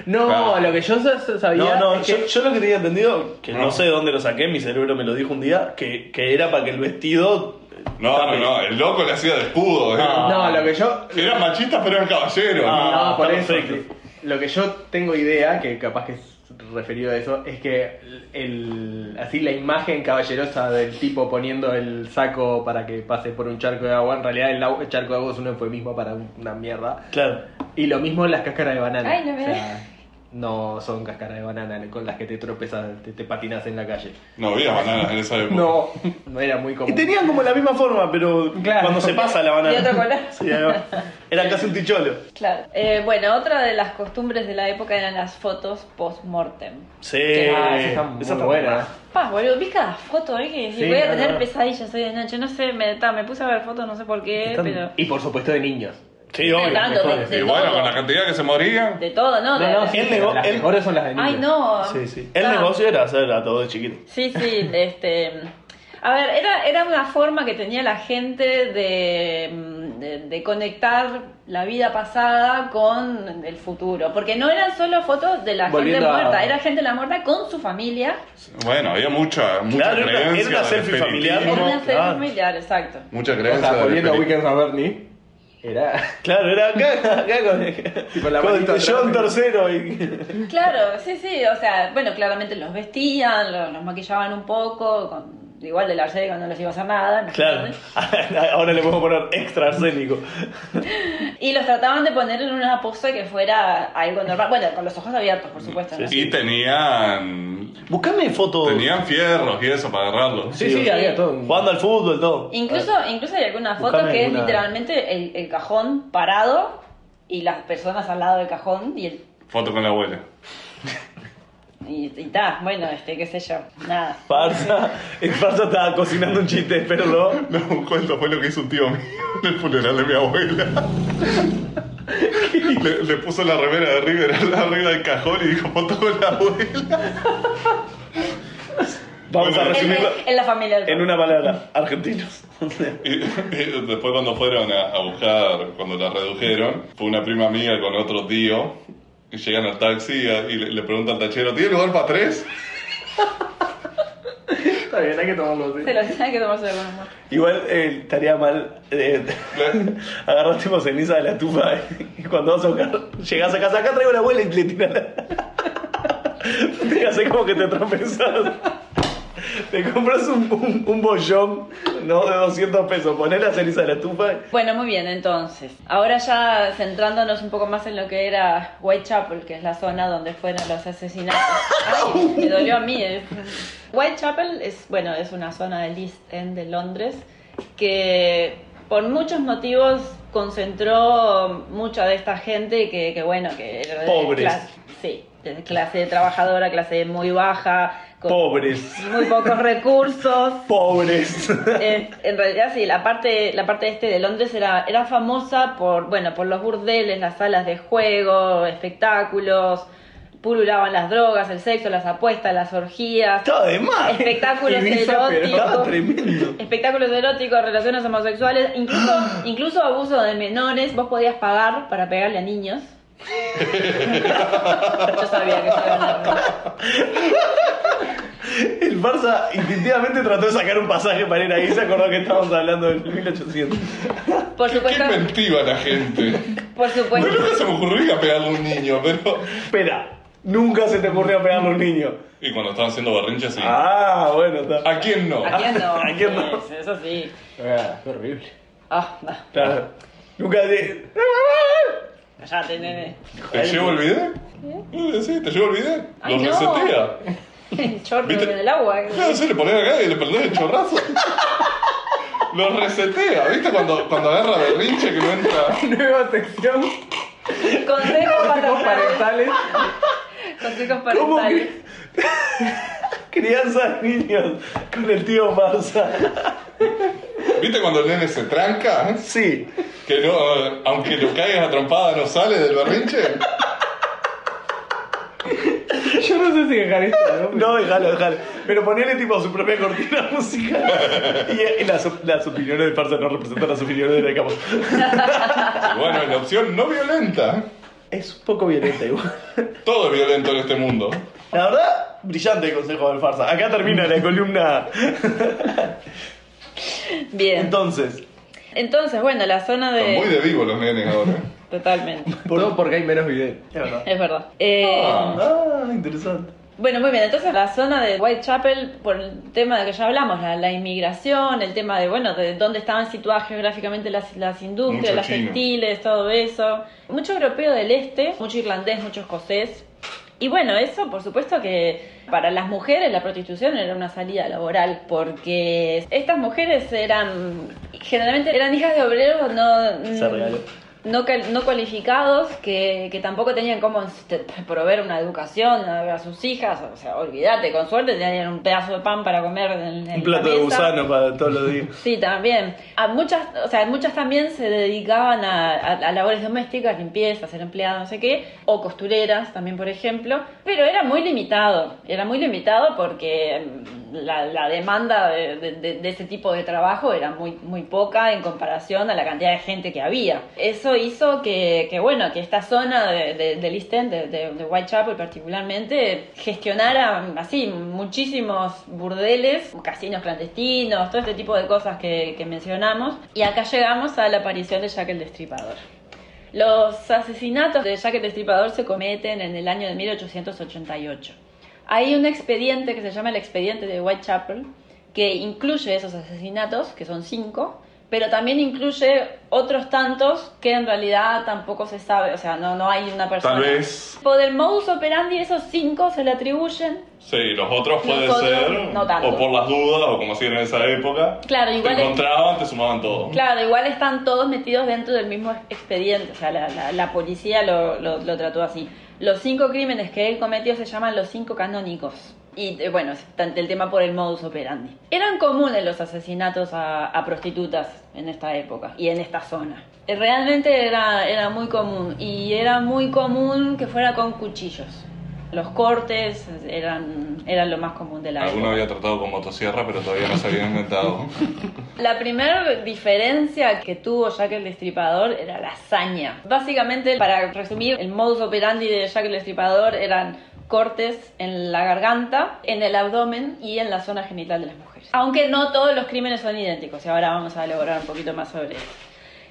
C: No,
B: Ah.
C: lo que yo sa- sabía.
D: No, no,
C: es
D: yo,
C: que-
D: yo lo que tenía entendido, que no.
B: No.
D: sé de dónde lo saqué, mi cerebro me lo dijo un día, que, que era para que el vestido.
B: No, no,
D: tape.
B: no. El loco le hacía de escudo. ¿eh?
D: Ah.
C: No, lo que yo.
B: Era machista, pero era caballero.
D: Ah.
C: No, por eso.
D: está perfecto.
C: Lo que yo tengo idea, que capaz que es referido a eso, es que el, así la imagen caballerosa del tipo poniendo el saco para que pase por un charco de agua, en realidad el, au- el charco de agua es un eufemismo para un- una mierda.
D: Claro.
C: Y lo mismo las cáscaras de banana.
A: Ay, no me
C: O sea, no son cáscaras de banana con las que te tropezas, te, te patinas en la calle.
B: No había bananas en esa época.
C: No, no era muy común.
D: Y tenían como la misma forma, pero
C: Claro.
D: cuando se pasa la banana.
A: Y otro color.
D: Sí, era- era casi un ticholo.
A: Claro. Eh, bueno, otra de las costumbres de la época eran las fotos post-mortem.
D: Sí.
C: Ah, esa está muy
D: Esa está
C: buena.
A: Pa, boludo, vi cada foto, ¿eh? Que
C: Sí,
A: voy a
C: no,
A: tener
C: no.
A: pesadillas hoy de noche. No sé, me, ta, me puse a ver fotos, no sé por qué,
D: Están-
A: Eh, pero...
C: Y por supuesto de niños.
D: Sí, obvio.
A: Tanto,
D: mejor.
A: de-
B: Y
A: de
B: bueno,
A: todo.
B: con la cantidad que se morían.
A: De todo, ¿no? De-
C: No, no,
A: de-
C: sí,
D: El nego-
C: las
D: el-
C: mejores son las de niños.
A: Ay, no.
D: Sí, sí. El
A: Ta.
D: negocio era hacer a todo de chiquito.
A: Sí, sí, este... A ver, era, era una forma que tenía la gente de, mm, de, de conectar la vida pasada con el futuro. Porque no eran solo fotos de la
C: Volviendo
A: gente
C: a-
A: muerta, era gente la muerta con su familia.
B: Bueno, había mucha, mucha
D: Claro, era una- era
B: creencia.
D: una
B: del
D: selfie
A: Era
D: familiar.
B: espiritismo,
A: una serie
D: claro.
A: familiar, exacto.
B: Mucha
C: O
B: creencia.
C: sea,
B: del
C: volviendo a
B: espiritismo.
C: Weekends at Bernie, era.
D: Claro, era acá, acá con,
C: Tipo la
D: con
C: manito atrás.
D: John tercero y
A: Claro, sí, sí, o sea, bueno, claramente los vestían, lo- los, maquillaban un poco, con- igual del arsénico no les iba a hacer nada. ¿no?
D: Claro, ahora le podemos poner extra arsénico.
A: Y los trataban de poner en una pose que fuera algo normal, bueno, con los ojos abiertos, por supuesto. ¿no?
D: Sí,
B: Y tenían.
D: Buscame fotos
B: Tenían fierros y eso para agarrarlos.
C: Sí, sí,
D: sí.
C: había todo. un-
D: jugando al fútbol, todo.
A: Incluso, incluso hay alguna foto
C: Buscame
A: que es
C: alguna-
A: literalmente el, el cajón parado y las personas al lado del cajón y el...
B: Foto con la abuela.
A: Y, y ta, bueno, este, qué sé yo, nada.
D: Farsa, el Farsa estaba cocinando un chiste, espéralo.
B: No, un cuento fue lo que hizo un tío mío en el funeral de mi abuela. Le, le puso la remera de River arriba del cajón y dijo foto con la abuela.
D: Vamos a
B: Bueno.
A: En,
D: resumirlo
A: en la familia del
D: en una palabra, argentinos.
B: Y, y después cuando fueron a, a buscar, cuando la redujeron, fue una prima mía con otro tío. Y llegan al taxi y, y le, le pregunta al tachero, ¿tiene lugar para tres?
C: Está bien, hay que tomarlo así.
A: Se lo tiene que tomarse de buen humor.
D: Igual eh, estaría mal eh, agarrar tipo ceniza de la tufa y cuando vas a buscar, llegás a casa, acá traigo la abuela y le tiras la... Te hace como que te tropezás. Te compras un, un, un bollón, ¿no? De 200 pesos, ponés la ceniza de la tufa
A: Bueno, muy bien, entonces. Ahora ya centrándonos un poco más en lo que era Whitechapel, que es la zona donde fueron los asesinatos. Ay, me dolió a mí. eh. Whitechapel es, bueno, es una zona del East End de Londres que por muchos motivos concentró mucha de esta gente que, que bueno, que... era de
D: Pobres.
A: clase- sí, de clase trabajadora, clase muy baja, con
D: pobres.
A: muy pocos recursos.
D: Pobres.
A: Eh, en realidad sí, la parte, la parte este de Londres era, era famosa por, bueno, por los burdeles, las salas de juego, espectáculos, pululaban las drogas, el sexo, las apuestas, las orgías,
D: Estaba de más.
A: espectáculos
C: Ibiza, pero
D: Estaba
A: eróticos,
D: tremendo.
A: espectáculos eróticos, relaciones homosexuales, incluso, incluso abuso de menores, vos podías pagar para pegarle a niños. Yo sabía que eso iba a ganar.
D: El Barça instintivamente trató de sacar un pasaje para ir ahí, se acordó que estábamos hablando del 1800.
A: Por
B: ¿Qué, qué
A: supuesto,
B: inventiva la gente.
A: por
B: No,
A: supuesto.
B: nunca se me ocurría pegarle a un niño, pero...
D: Espera, nunca se te ocurrió pegarle a un niño.
B: Y cuando estaban haciendo barrinches, sí.
D: Ah, bueno, está.
B: ¿A quién no?
A: ¿A quién no?
D: ¿A quién no?
A: Sí, Eso sí.
C: Ah, qué horrible.
A: Ah, va.
D: Claro. Nunca de.
A: Callate, nene.
B: ¿Te llevo el video? Eh, Sí, te llevo el video.
A: Ay,
B: Lo
A: no.
B: resetea.
A: El chorro
B: ¿Viste?
A: en el agua. eh.
B: Claro, sí, le ponés acá y le perdés el chorrazo. Lo resetea, ¿viste? Cuando, cuando agarra berrinche que no entra.
C: Nueva sección.
A: Consejos
C: Consejos
A: parentales.
C: parentales.
A: Consejos
D: ¿Cómo
A: parentales.
D: que? Crianza de niños con el tío Marza.
B: ¿Viste cuando el nene se tranca?
D: Sí.
B: Que no, aunque lo caigas a trompada, no sale del berrinche.
C: Yo no sé si dejar esto, ¿no?
D: No, déjalo, déjalo. Pero ponele tipo su propia cortina musical. Y, y las, las opiniones del Farsa no representan las opiniones de la de Campos.
B: Y bueno, es la opción no violenta.
D: Es un poco violenta igual.
B: Todo es violento en este mundo.
D: La verdad, brillante el consejo del Farsa. Acá termina la columna.
A: Bien.
D: Entonces,
A: Entonces, bueno, la zona
B: Están muy
A: de.
B: de vivo los nenes ahora.
A: Totalmente.
C: Por todo porque hay menos videos.
D: es verdad.
A: Es verdad. Eh,
B: Ah.
D: Ah, interesante.
A: Bueno, muy bien, entonces la zona de Whitechapel, por el tema de que ya hablamos, la, la inmigración, el tema de, bueno, de dónde estaban situadas geográficamente las, las industrias,
B: Mucho
A: las
B: chino.
A: textiles, todo eso. Mucho europeo del este, mucho irlandés, mucho escocés. Y bueno, eso por supuesto que para las mujeres la prostitución era una salida laboral, porque estas mujeres eran, generalmente eran hijas de obreros no,
D: Se regaló.
A: no, cal- no cualificados que, que tampoco tenían cómo este, proveer una educación a, a sus hijas. O sea, olvídate, con suerte tenían un pedazo de pan para comer en, en
D: Un
A: la
D: plato de
A: mesa.
D: gusano para todos los días.
A: Sí, también. A muchas, o sea, muchas también se dedicaban a, a- a labores domésticas, limpieza, ser empleadas, no sé qué, o costureras también, por ejemplo. Pero era muy limitado, era muy limitado porque mm, la, la demanda de, de- de- de ese tipo de trabajo era muy, muy poca en comparación a la cantidad de gente que había. Eso hizo que, que bueno, que esta zona de, de- del East End, de, de- de Whitechapel particularmente, gestionara así muchísimos burdeles, casinos clandestinos, todo este tipo de cosas que, que mencionamos. Y acá llegamos a la aparición de Jack el Destripador. Los asesinatos de Jack el Destripador se cometen en el año de 1888. Hay un expediente que se llama el expediente de Whitechapel, que incluye esos asesinatos, que son cinco, pero también incluye otros tantos que en realidad tampoco se sabe, o sea, no, no hay una persona.
B: Tal vez.
A: Por el modus operandi, esos cinco se le atribuyen.
B: Sí, los otros puede
A: Los otros,
B: ser.
A: no tanto.
B: O por las dudas, o como hacían en esa época.
A: Claro, igual
B: Te
A: es-
B: encontraban, te sumaban todo.
A: Claro, igual están todos metidos dentro del mismo expediente, o sea, la, la- la policía lo, lo- lo trató así. Los cinco crímenes que él cometió se llaman los cinco canónicos. Y eh, bueno, es tan- el tema por el modus operandi. Eran comunes los asesinatos a, a prostitutas en esta época y en esta zona. Eh, Realmente era, era muy común y era muy común que fuera con cuchillos. Los cortes eran, eran lo más común de la
B: Alguno
A: época.
B: había tratado con motosierra, pero todavía no se había inventado.
A: La primera diferencia que tuvo Jack el Destripador era la hazaña. Básicamente, para resumir, el modus operandi de Jack el Destripador eran cortes en la garganta, en el abdomen y en la zona genital de las mujeres. Aunque no todos los crímenes son idénticos y ahora vamos a elaborar un poquito más sobre eso.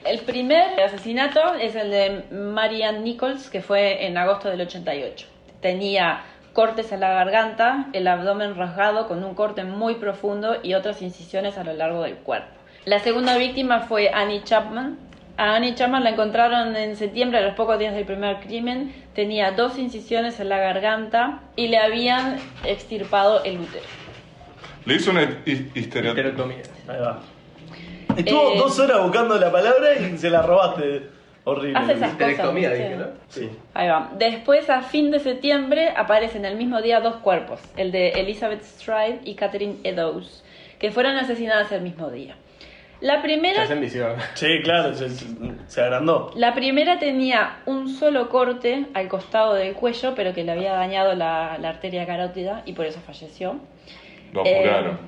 A: El primer asesinato es el de Marianne Nichols, que fue en agosto del 88. Tenía cortes en la garganta, el abdomen rasgado con un corte muy profundo y otras incisiones a lo largo del cuerpo. La segunda víctima fue Annie Chapman. A Annie Chapman la encontraron en septiembre, a los pocos días del primer crimen. Tenía dos incisiones en la garganta y le habían extirpado el útero.
B: Le hizo una hi- histerectomía.
C: Heterotomía.
D: Ahí va. Estuvo
A: Eh,
D: dos horas buscando la palabra y se la robaste. Horrible.
A: Haces así.
C: Heterotomía,
A: Cosa,
C: dije,
A: sí.
C: ¿no?
D: Sí.
A: Ahí va. Después, a fin de septiembre, aparecen el mismo día dos cuerpos, el de Elizabeth Stride y Catherine Eddowes, que fueron asesinadas el mismo día. La
C: Se
A: primera,
C: hacen visión.
D: Sí, claro, se, se- se agrandó.
A: la primera tenía un solo corte al costado del cuello, pero que le había dañado la, la arteria carótida y por eso falleció.
B: Lo
A: Eh,
B: apuraron.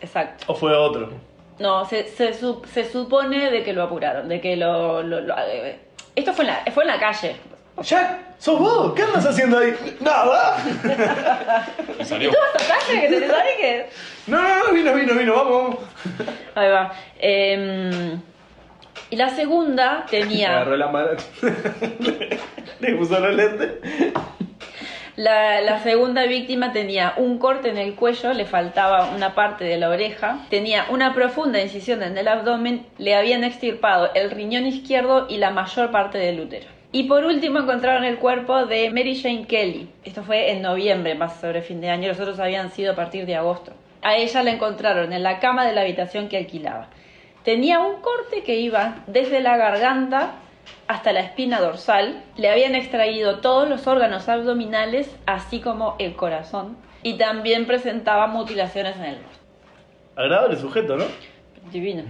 A: Exacto.
D: O fue otro.
A: No, se, se, su- se supone de que lo apuraron, de que lo... lo- lo- eh, esto fue en la, fue en la calle.
D: Jack, sos vos, ¿qué andas haciendo ahí? Nada.
B: Y salió.
A: ¿Vas a calle que te sabes que...?
D: No, no, no, vino, vino, vino, vamos. vamos.
A: Ahí va. Em, y la segunda
C: Me
A: tenía.
C: agarró la mano.
D: Le puso los lentes.
A: La, la segunda víctima tenía un corte en el cuello, le faltaba una parte de la oreja, tenía una profunda incisión en el abdomen, le habían extirpado el riñón izquierdo y la mayor parte del útero. Y por último encontraron el cuerpo de Mary Jane Kelly. Esto fue en noviembre, más sobre fin de año. Los otros habían sido a partir de agosto. a ella la encontraron en la cama de la habitación que alquilaba. Tenía un corte que iba desde la garganta hasta la espina dorsal. Le habían extraído todos los órganos abdominales, así como el corazón. Y también presentaba mutilaciones en el rostro.
D: Agradable sujeto, ¿no?
A: Divino.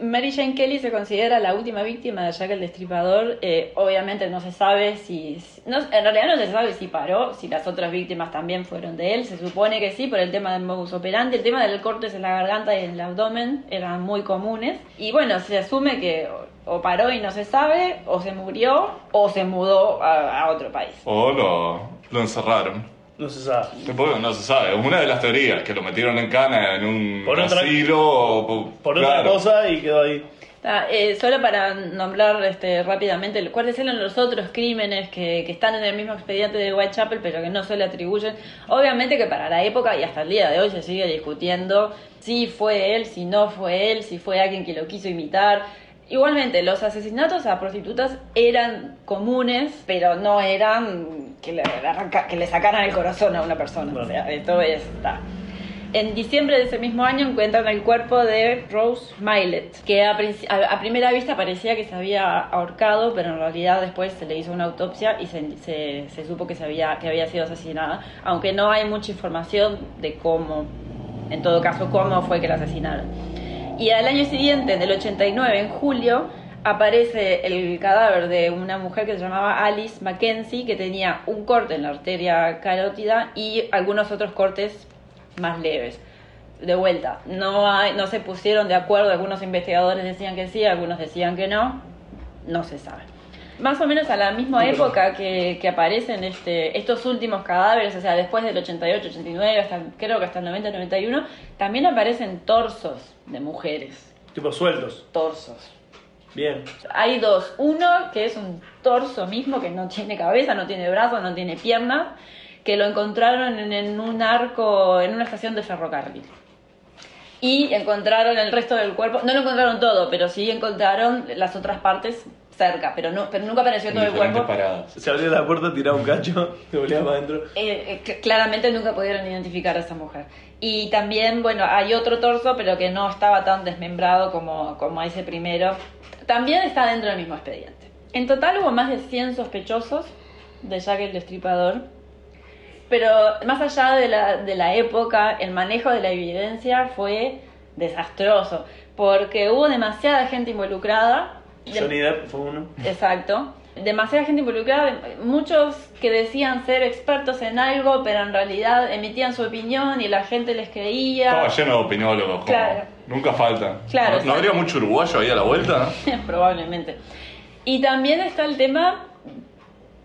A: Mary Jane Kelly se considera la última víctima de Jack el Destripador. Eh, obviamente no se sabe si... si- no- en realidad no se sabe si paró, si las otras víctimas también fueron de él. Se supone que sí, por el tema del modus operandi. El tema del cortes en la garganta y en el abdomen eran muy comunes. Y bueno, se asume que o, o paró y no se sabe, o se murió, o se mudó a, a otro país.
B: O lo, lo encerraron.
D: No se sabe.
B: Bueno, no se sabe. Es una de las teorías que lo metieron en cana en un
D: Por otra-
B: asilo. o po-
D: Por otra
B: claro.
D: cosa y quedó ahí.
A: Ah, eh, solo para nombrar este, rápidamente, ¿cuáles eran los otros crímenes que, que están en el mismo expediente de Whitechapel pero que no se le atribuyen? Obviamente que para la época y hasta el día de hoy se sigue discutiendo si fue él, si no fue él, si fue alguien que lo quiso imitar. Igualmente, los asesinatos a prostitutas eran comunes, pero no eran que le, arranca- que le sacaran el corazón a una persona. O sea, esto es... está. En diciembre de ese mismo año encuentran el cuerpo de Rose Milet, que a, princi- a- a primera vista parecía que se había ahorcado, pero en realidad después se le hizo una autopsia y se, se- se supo que, se había, que había sido asesinada, aunque no hay mucha información de cómo, en todo caso, cómo fue que la asesinaron. Y al año siguiente, del 89, en julio, aparece el cadáver de una mujer que se llamaba Alice Mackenzie, que tenía un corte en la arteria carótida y algunos otros cortes más leves. De vuelta, no, hay- no se pusieron de acuerdo, algunos investigadores decían que sí, algunos decían que no, no se sabe. Más o menos a la misma época que, que aparecen este, estos últimos cadáveres, o sea, después del 88, 89, hasta, creo que hasta el 90, 91, también aparecen torsos de mujeres.
D: Tipo sueltos.
A: Torsos.
D: Bien.
A: Hay dos. Uno que es un torso mismo, que no tiene cabeza, no tiene brazos, no tiene piernas, que lo encontraron en, en un arco, en una estación de ferrocarril. Y encontraron el resto del cuerpo, no lo encontraron todo, pero sí encontraron las otras partes cerca, pero, no, pero nunca apareció
B: En
A: todo el
B: diferentes
A: cuerpo.
B: paradas.
D: Se abría la puerta, tiraba un cacho, te volvía para adentro.
A: Eh, eh, cl- claramente nunca pudieron identificar a esa mujer. Y también, bueno, hay otro torso, pero que no estaba tan desmembrado como, como ese primero. También está dentro del mismo expediente. En total hubo más de 100 sospechosos de Jack el Destripador. Pero más allá de la, de la época, el manejo de la evidencia fue desastroso, porque hubo demasiada gente involucrada. De-
D: Johnny Depp fue uno.
A: Exacto. Demasiada gente involucrada, muchos que decían ser expertos en algo, pero en realidad emitían su opinión y la gente les creía.
B: Estaba lleno de opinólogos. como
A: Claro.
B: Nunca falta.
A: Claro,
B: ¿No, no habría mucho uruguayo ahí a la vuelta?
A: Probablemente. Y también está el tema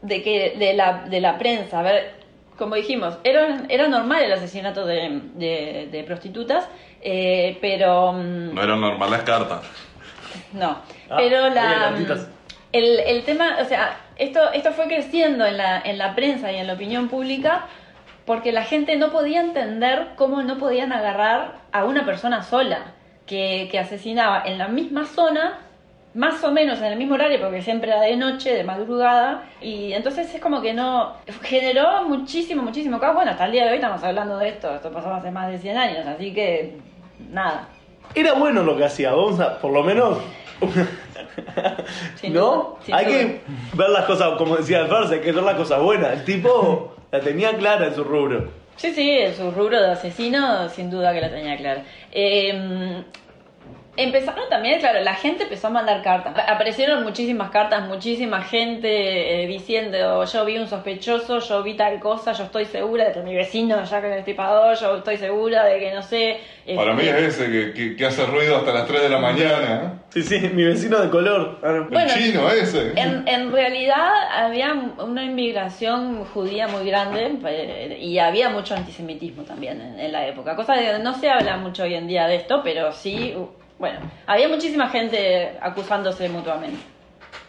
A: de que de la, de la prensa. A ver, como dijimos, era, era normal el asesinato de, de- de prostitutas, eh, pero... mm,
B: No eran normal las cartas.
A: No,
D: Ah,
A: pero
D: oye,
A: la, mm,
D: cartitas.
A: el, el tema, o sea, esto, esto fue creciendo en la, en la prensa y en la opinión pública porque la gente no podía entender cómo no podían agarrar a una persona sola que, que asesinaba en la misma zona, más o menos en el mismo horario, porque siempre era de noche, de madrugada, y entonces es como que no, generó muchísimo, muchísimo caos, bueno, hasta el día de hoy estamos hablando de esto, esto pasó hace más de 100 años, así que nada.
D: Era bueno lo que hacía, vamos a, por lo menos.
A: Sin
D: ¿No?
A: duda, sin
D: Hay
A: duda.
D: que ver las cosas, como decía Alfarce, hay que ver las cosas buenas. El tipo la tenía clara en su rubro.
A: Sí, sí, en su rubro de asesino, sin duda que la tenía clara. Eh, empezaron también, claro, la gente empezó a mandar cartas. Aparecieron muchísimas cartas, muchísima gente eh, diciendo, yo vi un sospechoso, yo vi tal cosa, yo estoy segura de que mi vecino allá con el estripador, yo estoy segura de que no sé...
B: Para mí
A: este,
B: es ese que, que- que hace ruido hasta las 3 de la mañana.
D: Sí, sí, mi vecino de color. Ah, no.
B: El
A: Bueno,
B: chino ese.
A: En, en realidad había una inmigración judía muy grande eh, y había mucho antisemitismo también en, en la época, cosa de no se habla mucho hoy en día de esto, pero sí, u- bueno, había muchísima gente acusándose mutuamente.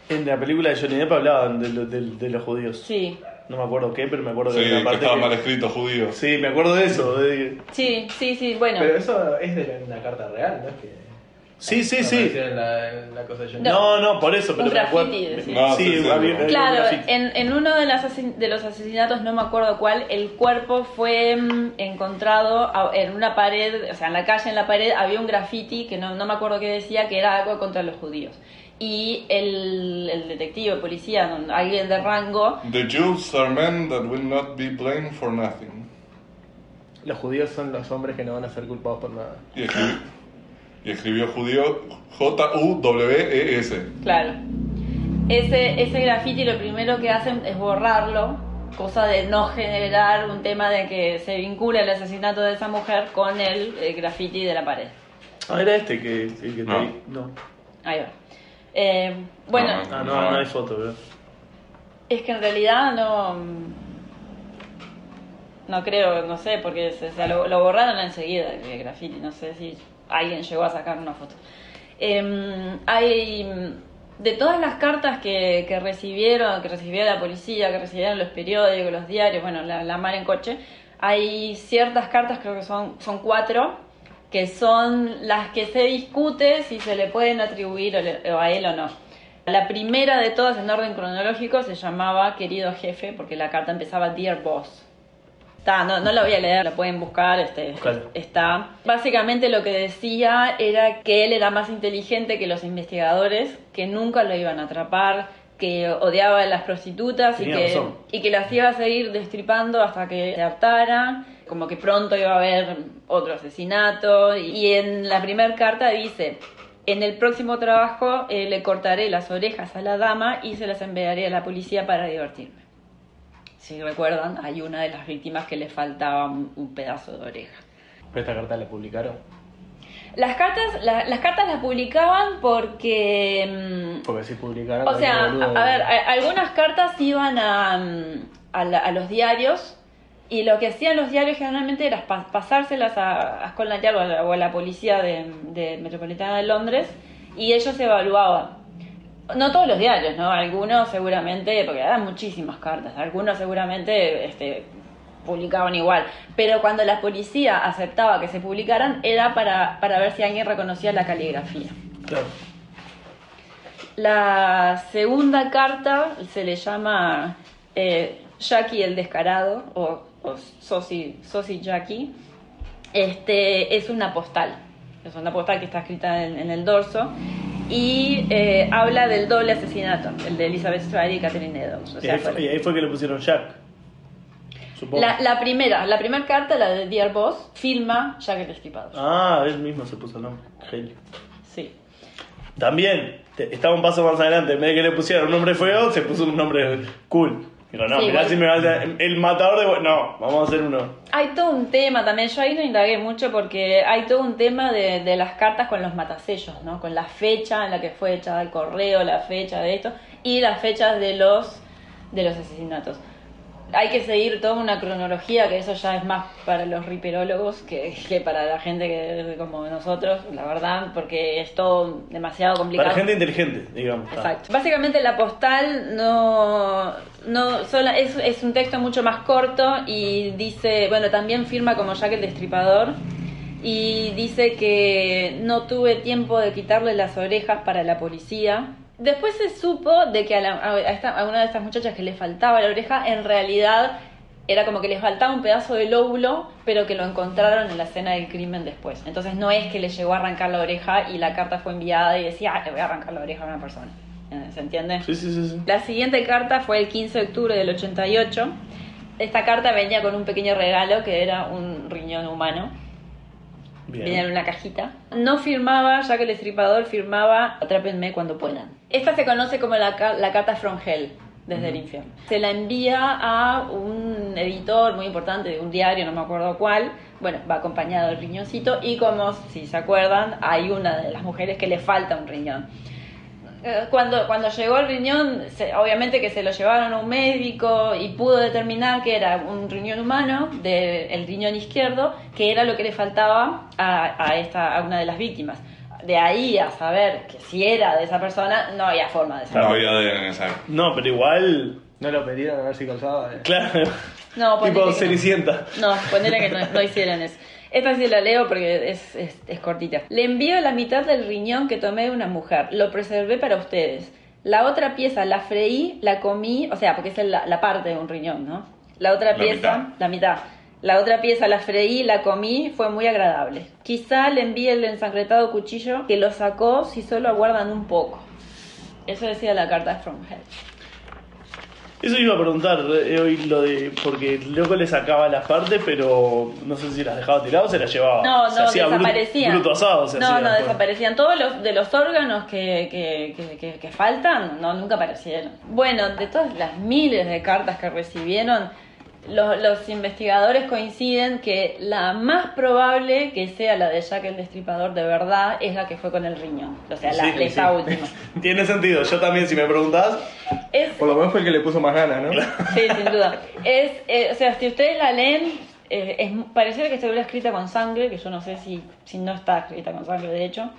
D: En la película de Johnny Depp hablaban de, lo- de- de los judíos.
A: Sí,
D: No me acuerdo qué, pero me acuerdo
B: Sí,
D: de
B: que
D: la parte.
B: estaba
D: que-
B: mal escrito judío.
D: Sí, me acuerdo de eso. de-
A: sí, sí, sí, bueno.
C: Pero eso es de la, una carta real, ¿no? Es que...
D: Sí, sí, sí.
C: Apareció en la, en la cosa de Johnny.
D: No, no, por eso, pero
A: Un
D: me acuerdo.
A: graffiti, decís.
B: No, sí,
D: Ah, sí,
B: sí,
D: había-
B: no.
D: había un
A: Claro, eh.
D: graffiti.
A: en, en uno de, las asesin- de los asesinatos, no me acuerdo cuál, el cuerpo fue mm, encontrado a- en una pared, o sea, en la calle, en la pared, había un graffiti que no, no me acuerdo qué decía, que era algo contra los judíos. Y el, el detective, policía, don- alguien de rango,
B: The Jews are men that will not be blamed for nothing.
C: Los judíos son los hombres que no van a ser culpados por nada.
B: Y escribió, y escribió judío J-U-W-E-S.
A: claro, ese, ese graffiti lo primero que hacen es borrarlo, cosa de no generar un tema de que se vincula el asesinato de esa mujer con el, eh, graffiti de la pared.
D: Ah, era este que, el que te
B: No.
D: di. No.
A: Ahí va. Eh, bueno,
B: No,
D: Ah, no, no hay foto, bro.
A: Es que en realidad no. No creo, no sé, porque se, se lo, lo borraron enseguida el graffiti. No sé si alguien llegó a sacar una foto. Em, hay. De todas las cartas que, que recibieron, que recibió la policía, que recibieron los periódicos, los diarios, bueno, la, la mar en coche, hay ciertas cartas, creo que son, son cuatro, que son las que se discute si se le pueden atribuir o le- o a él o no. La primera de todas en orden cronológico se llamaba Querido Jefe porque la carta empezaba Dear Boss. Está, no, no la voy a leer, la pueden buscar, este,
D: Búscala.
A: está. Básicamente lo que decía era que él era más inteligente que los investigadores, que nunca lo iban a atrapar, que odiaba a las prostitutas y
D: Tenía
A: que,
D: razón.
A: y que las iba a seguir destripando hasta que se adaptara, como que pronto iba a haber otro asesinato. Y en la primera carta dice, en el próximo trabajo eh, le cortaré las orejas a la dama y se las enviaré a la policía para divertirme. Si recuerdan, hay una de las víctimas que le faltaba un- un pedazo de oreja.
C: Pero esta carta la publicaron.
A: Las cartas, la- las cartas las publicaban porque mm,
C: Porque si publicaron.
A: O sea,
C: cualquier boludo-
A: a, a ver, a- algunas cartas iban a, mm, a la- a los diarios y lo que hacían los diarios generalmente era pa- pasárselas a, a Scotland Yard o a la, o a la policía de, de Metropolitana de Londres y ellos evaluaban. No todos los diarios, ¿no? Algunos seguramente, porque eran muchísimas cartas, algunos seguramente este, publicaban igual, pero cuando la policía aceptaba que se publicaran era para, para ver si alguien reconocía la caligrafía.
D: Claro.
A: La segunda carta se le llama eh, Jackie el Descarado o, o Sosi, Sosi Jackie. Este, es una postal, es una postal que está escrita en, en el dorso y eh, habla del doble asesinato, el de Elizabeth Stride y Catherine Eddowes. O
D: Y
A: sea,
D: ahí, fue, y ahí fue que le pusieron Jack. Supongo.
A: la, la primera, la primera carta, la de Dear Boss, firma Jack el Destripador.
D: Ah, él mismo se puso el nombre. Genio.
A: Sí.
D: También, te- estaba un paso más adelante. En vez de que le pusieran un nombre feo, se puso un nombre cool. Digo, no,
A: Sí,
D: mirá
A: igual.
D: si me va a- El matador de. No, vamos a hacer uno.
A: Hay todo un tema también, yo ahí no indagué mucho porque hay todo un tema de, de las cartas con los matasellos, ¿no? Con la fecha en la que fue echada el correo, la fecha de esto y las fechas de los, de los asesinatos. Hay que seguir toda una cronología, que eso ya es más para los riperólogos que, que para la gente que, como nosotros, la verdad, porque es todo demasiado complicado.
D: Para gente inteligente, digamos. Ah.
A: Exacto. Básicamente la postal no, no sola, es, es un texto mucho más corto y dice, bueno, también firma como Jack el Destripador y dice que no tuve tiempo de quitarle las orejas para la policía. Después se supo de que a, la- a esta- a una de estas muchachas que le faltaba la oreja, en realidad era como que les faltaba un pedazo de lóbulo, pero que lo encontraron en la escena del crimen después. Entonces no es que le llegó a arrancar la oreja y la carta fue enviada y decía, ah, le voy a arrancar la oreja a una persona. Eh, ¿Se entiende?
D: Sí, sí, sí. sí.
A: La siguiente carta fue el 15 de octubre del 88. Esta carta venía con un pequeño regalo que era un riñón humano. Venía en
D: Bien.
A: una cajita. No firmaba, ya que el estripador firmaba Atrápenme cuando puedan. Esta se conoce como la, ca- la carta From Hell, desde el infierno. Se la envía a un editor muy importante de un diario, no me acuerdo cuál. Bueno, va acompañado del riñoncito y como si se acuerdan, hay una de las mujeres que le falta un riñón. Eh, Cuando, cuando llegó el riñón, se- obviamente que se lo llevaron a un médico y pudo determinar que era un riñón humano, del riñón izquierdo, que era lo que le faltaba a, a esta, a una de las víctimas. De ahí a saber que si era de esa persona, no había forma de
B: No
A: saber.
B: había ADN, exacto.
D: No, pero igual.
C: No lo pidieron a ver si calzaba. eh.
D: Claro.
A: No, ponele
D: tipo
A: que no.
D: Cenicienta.
A: No, ponele que no, no hicieran eso. Esta sí la leo porque es, es, es cortita. Le envío la mitad del riñón que tomé de una mujer. Lo preservé para ustedes. La otra pieza la freí, la comí, o sea, porque es la, la parte de un riñón, ¿no? La otra
B: La
A: pieza,
B: mitad.
A: la mitad. La otra pieza la freí, la comí, fue muy agradable. Quizá le envíe el ensangretado cuchillo que lo sacó si solo aguardan un poco. Eso decía la carta From Hell.
D: Eso iba a preguntar eh, hoy lo de. Porque el loco le sacaba las partes, pero no sé si las dejaba tiradas o se las llevaba.
A: No,
D: Ah, Se
A: no,
D: hacía bru-
A: desaparecían.
D: Bruto asado, se
A: no,
D: hacía
A: no,
D: después.
A: desaparecían. Todos los de los órganos que, que, que, que- que faltan, no, nunca aparecieron. Bueno, de todas las miles de cartas que recibieron, los, los investigadores coinciden que la más probable que sea la de Jack el Destripador de verdad es la que fue con el riñón. O sea, la,
D: Sí, sí.
A: esa última.
D: Tiene sentido. Yo también, si me preguntás,
A: Es
C: Por lo menos fue el que le puso más ganas, ¿no?
A: Sí, sin duda. Es, eh, o sea, si ustedes la leen, eh, es, pareciera que estuviera escrita con sangre, que yo no sé si, si no está escrita con sangre, de hecho.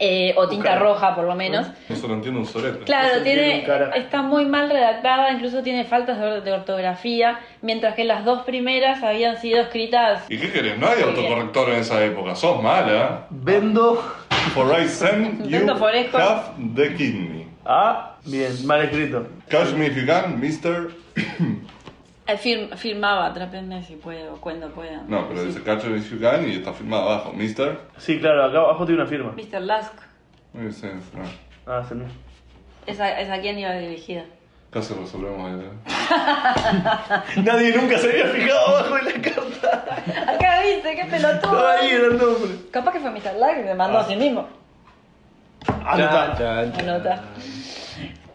A: Eh, o tinta
C: Buscar.
A: roja, por lo menos.
B: Eso lo entiendo un sorete.
A: Claro,
D: Eso tiene
A: tiene,
D: un cara.
A: está muy mal redactada, incluso tiene faltas de, or- de ortografía, mientras que las dos primeras habían sido escritas.
B: ¿Y qué querés? No hay autocorrector en esa época. Sos mala.
D: vendo
B: For I send you
A: Intento foresco.
B: half the kidney.
D: a. Bien, mal escrito.
B: Cash me if you can, mister.
A: eh, fir- firmaba, trápenme si puedo, cuando pueda.
B: No, pero
A: Sí.
B: dice catch me if you can y está firmado abajo. Mister.
D: Sí, claro, acá abajo tiene una firma.
A: Mr. Lusk,
B: No sé, no.
D: Ah, es el mismo.
A: ¿es a, es a quién iba dirigida?
B: Casi resolvemos el...
D: Nadie nunca se había fijado abajo de la carta.
A: Acá viste, qué pelotudo.
D: Estaba ahí era el nombre.
A: Capaz que fue Mr. Lusk que me
B: Ah.
A: mandó a sí mismo.
D: Anotá.
C: Chan, chan,
A: Anota.
C: chan.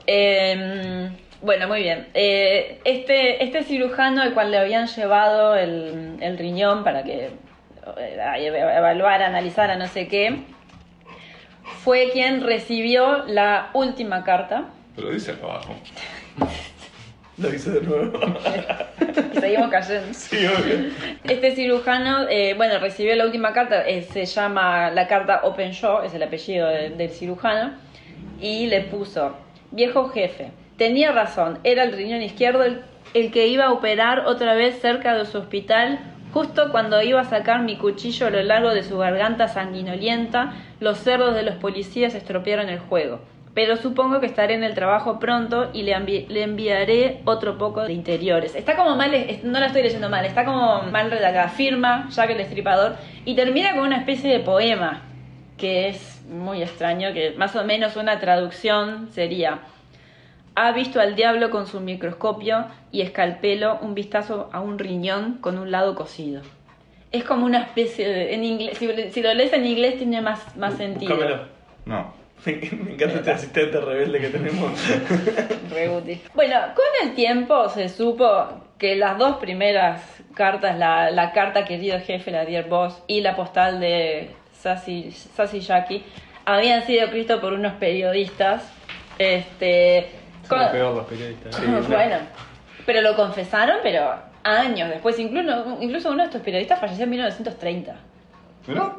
A: Eh, bueno, muy bien. Eh, este, este cirujano al cual le habían llevado el, el riñón para que eh, evaluara, analizara, no sé qué, fue quien recibió la última carta.
B: Pero dice acá abajo.
D: Lo hice de nuevo.
A: Y seguimos cayendo.
D: sí, obvio.
A: Este cirujano, eh, bueno, recibió la última carta, eh, se llama la carta Open Show, es el apellido de- del cirujano, y le puso, viejo jefe, tenía razón, era el riñón izquierdo el, el que iba a operar otra vez cerca de su hospital, justo cuando iba a sacar mi cuchillo a lo largo de su garganta sanguinolienta, los cerdos de los policías estropearon el juego. Pero supongo que estaré en el trabajo pronto y le, envi- le enviaré otro poco de interiores. Está como mal, es- no la estoy leyendo mal, está como mal redactada. Firma Jack el Destripador y termina con una especie de poema que es muy extraño, que más o menos una traducción sería ha visto al diablo con su microscopio y escalpelo un vistazo a un riñón con un lado cocido. Es como una especie de... En inglés, si, si lo lees en inglés tiene más, más sentido.
D: Cámelo.
B: No.
D: Me, me encanta este asistente rebelde que tenemos.
A: Re útil. Bueno, con el tiempo se supo que las dos primeras cartas, la, la carta querido jefe, la Dear Boss, y la postal de Sassy, Sassy Jackie, habían sido escritas por unos periodistas. Este,
C: Son
A: con-
C: los peor los periodistas.
D: Sí, claro.
A: bueno, pero lo confesaron, pero años después. Incluso, incluso uno de estos periodistas falleció en 1930.
B: ¿Mirá?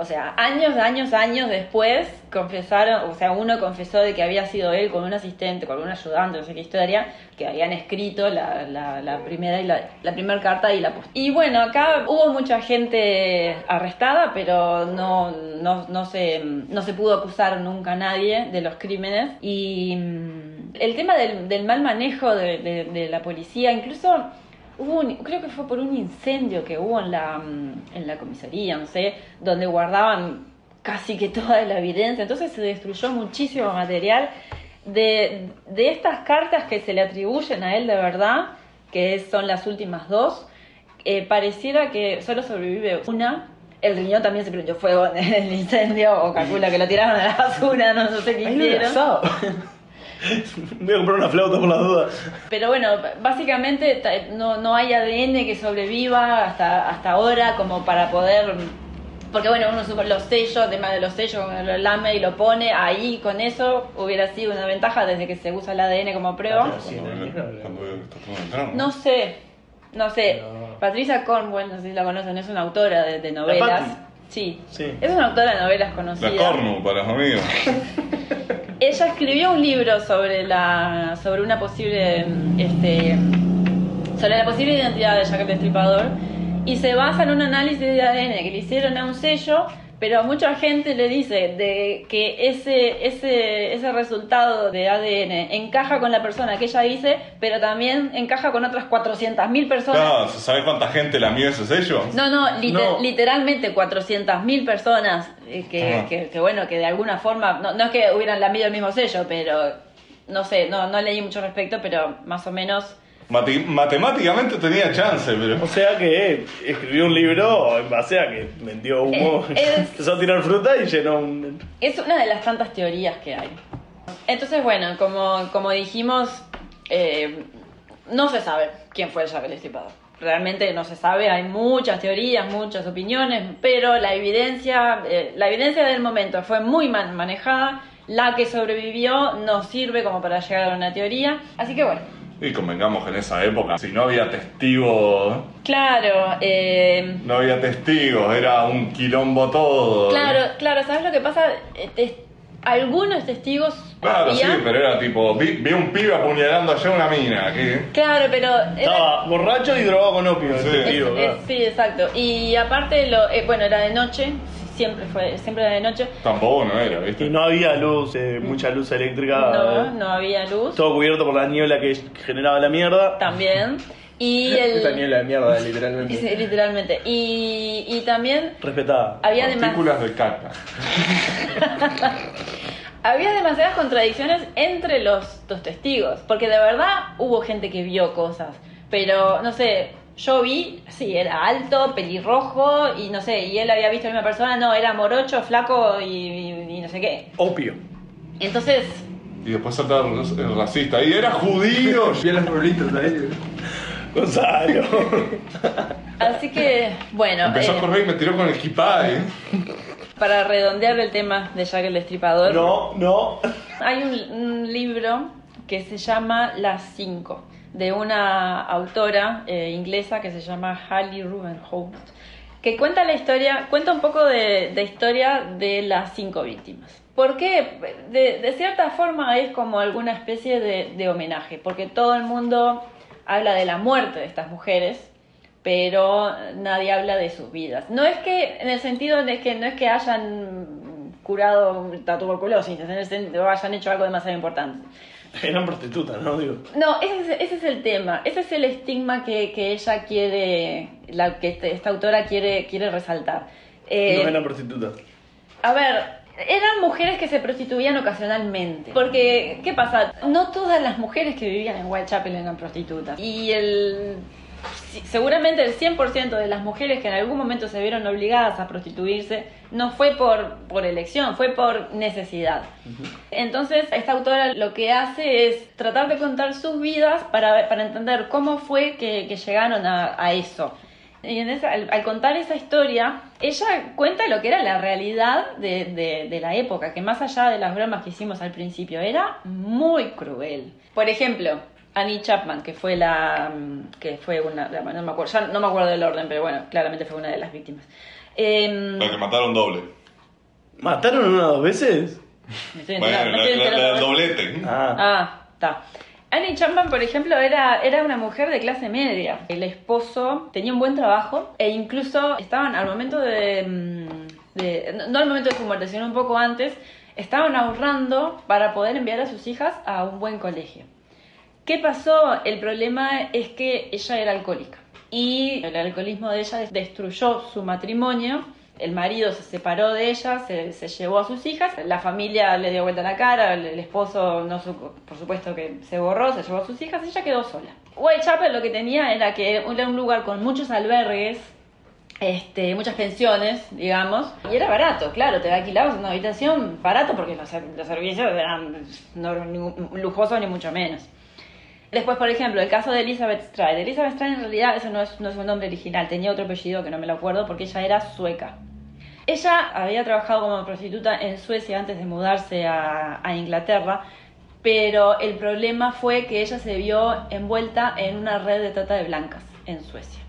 A: O sea, años, años, años después confesaron, o sea, uno confesó de que había sido él con un asistente, con un ayudante, no sé qué historia, que habían escrito la, la- la primera y la, la primera carta y la post. Y bueno, acá hubo mucha gente arrestada, pero no, no, no, se, no se pudo acusar nunca a nadie de los crímenes. Y mm, el tema del, del mal manejo de, de- de la policía, incluso Hubo un- creo que fue por un incendio que hubo en la, mm, en la comisaría, no sé, donde guardaban casi que toda la evidencia. Entonces se destruyó muchísimo material de, de estas cartas que se le atribuyen a él de verdad, que es- son las últimas dos. eh, pareciera que solo sobrevive una. El riñón también se prendió fuego en el incendio, o calcula que lo tiraron a la basura, no, sé qué
D: Ahí lo
A: hicieron.
D: abrazaba. Voy a comprar una flauta por las dudas.
A: Pero bueno, básicamente ta- no, no hay ADN que sobreviva hasta, hasta ahora como para poder... Porque bueno, uno suma los sellos, tema de los sellos, uno lo lame y lo pone ahí con eso, hubiera sido una ventaja desde que se usa el ADN como prueba.
D: Sí,
B: Cuando
D: no,
B: ve-
D: no, no.
B: cuando ve que está todo entrando.
A: No sé, no sé.
D: No.
A: Patricia Cornwell, no sé si la conocen, es una autora de, de novelas.
D: Patty?
A: Sí.
D: Sí.
A: es una autora de novelas
B: La
A: conocida.
B: cornu para los amigos.
A: Ella escribió un libro sobre la sobre una posible este sobre la posible identidad de Jack el Destripador y se basa en un análisis de ADN que le hicieron a un sello, pero mucha gente le dice de que ese, ese, ese resultado de ADN encaja con la persona que ella dice, pero también encaja con otras 400.000 personas.
B: Claro, ¿sabes cuánta gente la mide ese sello?
A: No, no, liter-
D: No.
A: literalmente 400.000 personas eh, que,
B: Ah.
A: que- que, bueno, que de alguna forma, no, no es que hubieran lamido el mismo sello, pero no sé, no, no leí mucho al respecto, pero más o menos.
B: Mati- matemáticamente tenía chance, pero.
D: O sea que escribió un libro en base a que vendió humo,
A: Eh, es-
D: empezó a tirar fruta y llenó un...
A: Es una de las tantas teorías que hay. Entonces, bueno, como, como dijimos, eh, no se sabe quién fue el Jack el Destripador. Realmente no se sabe, hay muchas teorías, muchas opiniones, pero la evidencia, eh, la evidencia del momento fue muy mal manejada. La que sobrevivió no sirve como para llegar a una teoría. Así que bueno,
B: Y convengamos que en esa época, si no había testigos,
A: claro, eh,
B: no había testigos, era un quilombo todo.
A: claro, claro, ¿sabes lo que pasa? Eh, tes- algunos testigos
B: Claro, sí,
A: había-
B: pero era tipo, vi, vi un pibe apuñalando allá una mina, ¿qué?
A: Claro, pero era-
D: Estaba borracho y drogado con opio.
B: Sí.
D: este
A: Es-
D: tío,
A: es-
D: claro.
A: Eh, sí, exacto. Y aparte, lo, eh, bueno, era de noche, siempre fue, siempre era de noche.
B: Tampoco no era, ¿viste?
D: Y no había luz, eh, mucha luz eléctrica.
A: No,
D: eh,
A: no había luz.
D: Todo cubierto por la niebla que generaba la mierda.
A: También. Y
C: Esa
A: el.
C: niebla de mierda,
A: Sí,
C: literalmente.
A: literalmente. Y, y también
D: Respetada.
A: había demasiadas.
B: Partículas de caca.
A: Había demasiadas contradicciones entre los dos testigos, porque de verdad hubo gente que vio cosas, pero no sé, yo vi, sí, era alto, pelirrojo, y no sé, y él había visto a la misma persona, no, era morocho, flaco y, y- y no sé qué.
D: Opio.
A: Entonces,
B: Y después saltaba el el racista. Y era judío.
C: Vi a los pueblitos ahí.
D: Gonzalo.
A: así que, bueno.
B: Empezó
A: eh,
B: a correr y me tiró con el kipá, ¿eh?
A: Para redondear el tema de Jack el Destripador,
D: No, no.
A: hay un, un libro que se llama Las Cinco, de una autora eh, inglesa que se llama Hallie Rubenhout, que cuenta la historia, cuenta un poco de, de historia de las cinco víctimas. Porque de, de cierta forma es como alguna especie de, de homenaje, porque todo el mundo habla de la muerte de estas mujeres, pero nadie habla de sus vidas. No es que, en el sentido de que no es que hayan curado la tuberculosis, en el sentido, o hayan hecho algo demasiado importante.
D: Eran prostitutas, ¿no? Digo.
A: No, ese es, ese es el tema, ese es el estigma que, que ella quiere, la que este- esta autora quiere, quiere resaltar. Eh,
D: No eran prostitutas.
A: a ver, eran mujeres que se prostituían ocasionalmente. Porque, ¿qué pasa? No todas las mujeres que vivían en Whitechapel eran prostitutas. Y el. si- Seguramente el 100% de las mujeres que en algún momento se vieron obligadas a prostituirse no fue por, por elección, fue por necesidad. Entonces, esta autora lo que hace es tratar de contar sus vidas para, para entender cómo fue que, que llegaron a, a eso. Y en esa- al, al contar esa historia, ella cuenta lo que era la realidad de, de- de la época, que más allá de las bromas que hicimos al principio, era muy cruel. Por ejemplo, Annie Chapman, que fue la. mm, que fue una. la- no, me acuerdo, ya no me acuerdo del orden, pero bueno, claramente fue una de las víctimas. Em,
B: La que mataron doble.
D: ¿Mataron una o dos veces?
A: me estoy
B: Bueno,
A: enterando, me
B: la,
A: estoy
B: la- la
A: enterando.
B: del doblete.
D: Ah.
A: Ah, está. Annie Chapman, por ejemplo, era, era una mujer de clase media. El esposo tenía un buen trabajo e incluso estaban al momento de... mm, de- no- no al momento de su muerte, sino un poco antes, estaban ahorrando para poder enviar a sus hijas a un buen colegio. ¿Qué pasó? El problema es que ella era alcohólica y el alcoholismo de ella destruyó su matrimonio. El marido se separó de ella, se, se llevó a sus hijas, la familia le dio vuelta la cara, el, el esposo, no su- por supuesto que se borró, se llevó a sus hijas y ella quedó sola. Whitechapel lo que tenía era que era un lugar con muchos albergues, este, muchas pensiones, digamos, y era barato, claro, te alquilabas una habitación barato porque los, ser- los servicios eran no eran ningún- lujosos ni mucho menos. Después, por ejemplo, el caso de Elizabeth Stride. Elizabeth Stride en realidad eso no es, no es un nombre original, tenía otro apellido que no me lo acuerdo porque ella era sueca. Ella había trabajado como prostituta en Suecia antes de mudarse a, a Inglaterra, pero el problema fue que ella se vio envuelta en una red de trata de blancas en Suecia.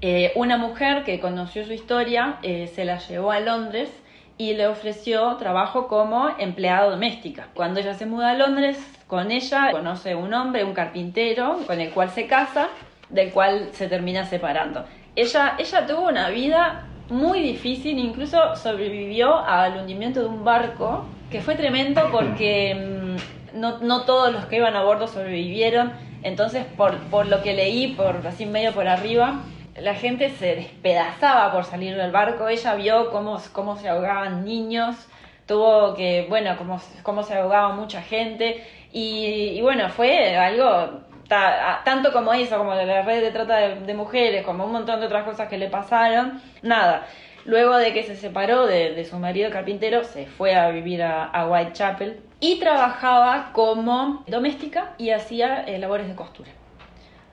A: Eh, una mujer que conoció su historia eh, se la llevó a Londres y le ofreció trabajo como empleada doméstica. Cuando ella se muda a Londres, con ella conoce un hombre, un carpintero, con el cual se casa. del cual se termina separando. Ella, ella tuvo una vida muy difícil, incluso sobrevivió al hundimiento de un barco, que fue tremendo porque mm, no, no todos los que iban a bordo sobrevivieron, entonces por, por lo que leí, por así medio por arriba, la gente se despedazaba por salir del barco, ella vio cómo, cómo se ahogaban niños, tuvo que, bueno, cómo, cómo se ahogaba mucha gente, y, y bueno, fue algo ta- a- tanto como eso, como la red de trata de, de mujeres, como un montón de otras cosas que le pasaron, nada. Luego de que se separó de, de su marido carpintero, se fue a vivir a, a Whitechapel y trabajaba como doméstica y hacía eh, labores de costura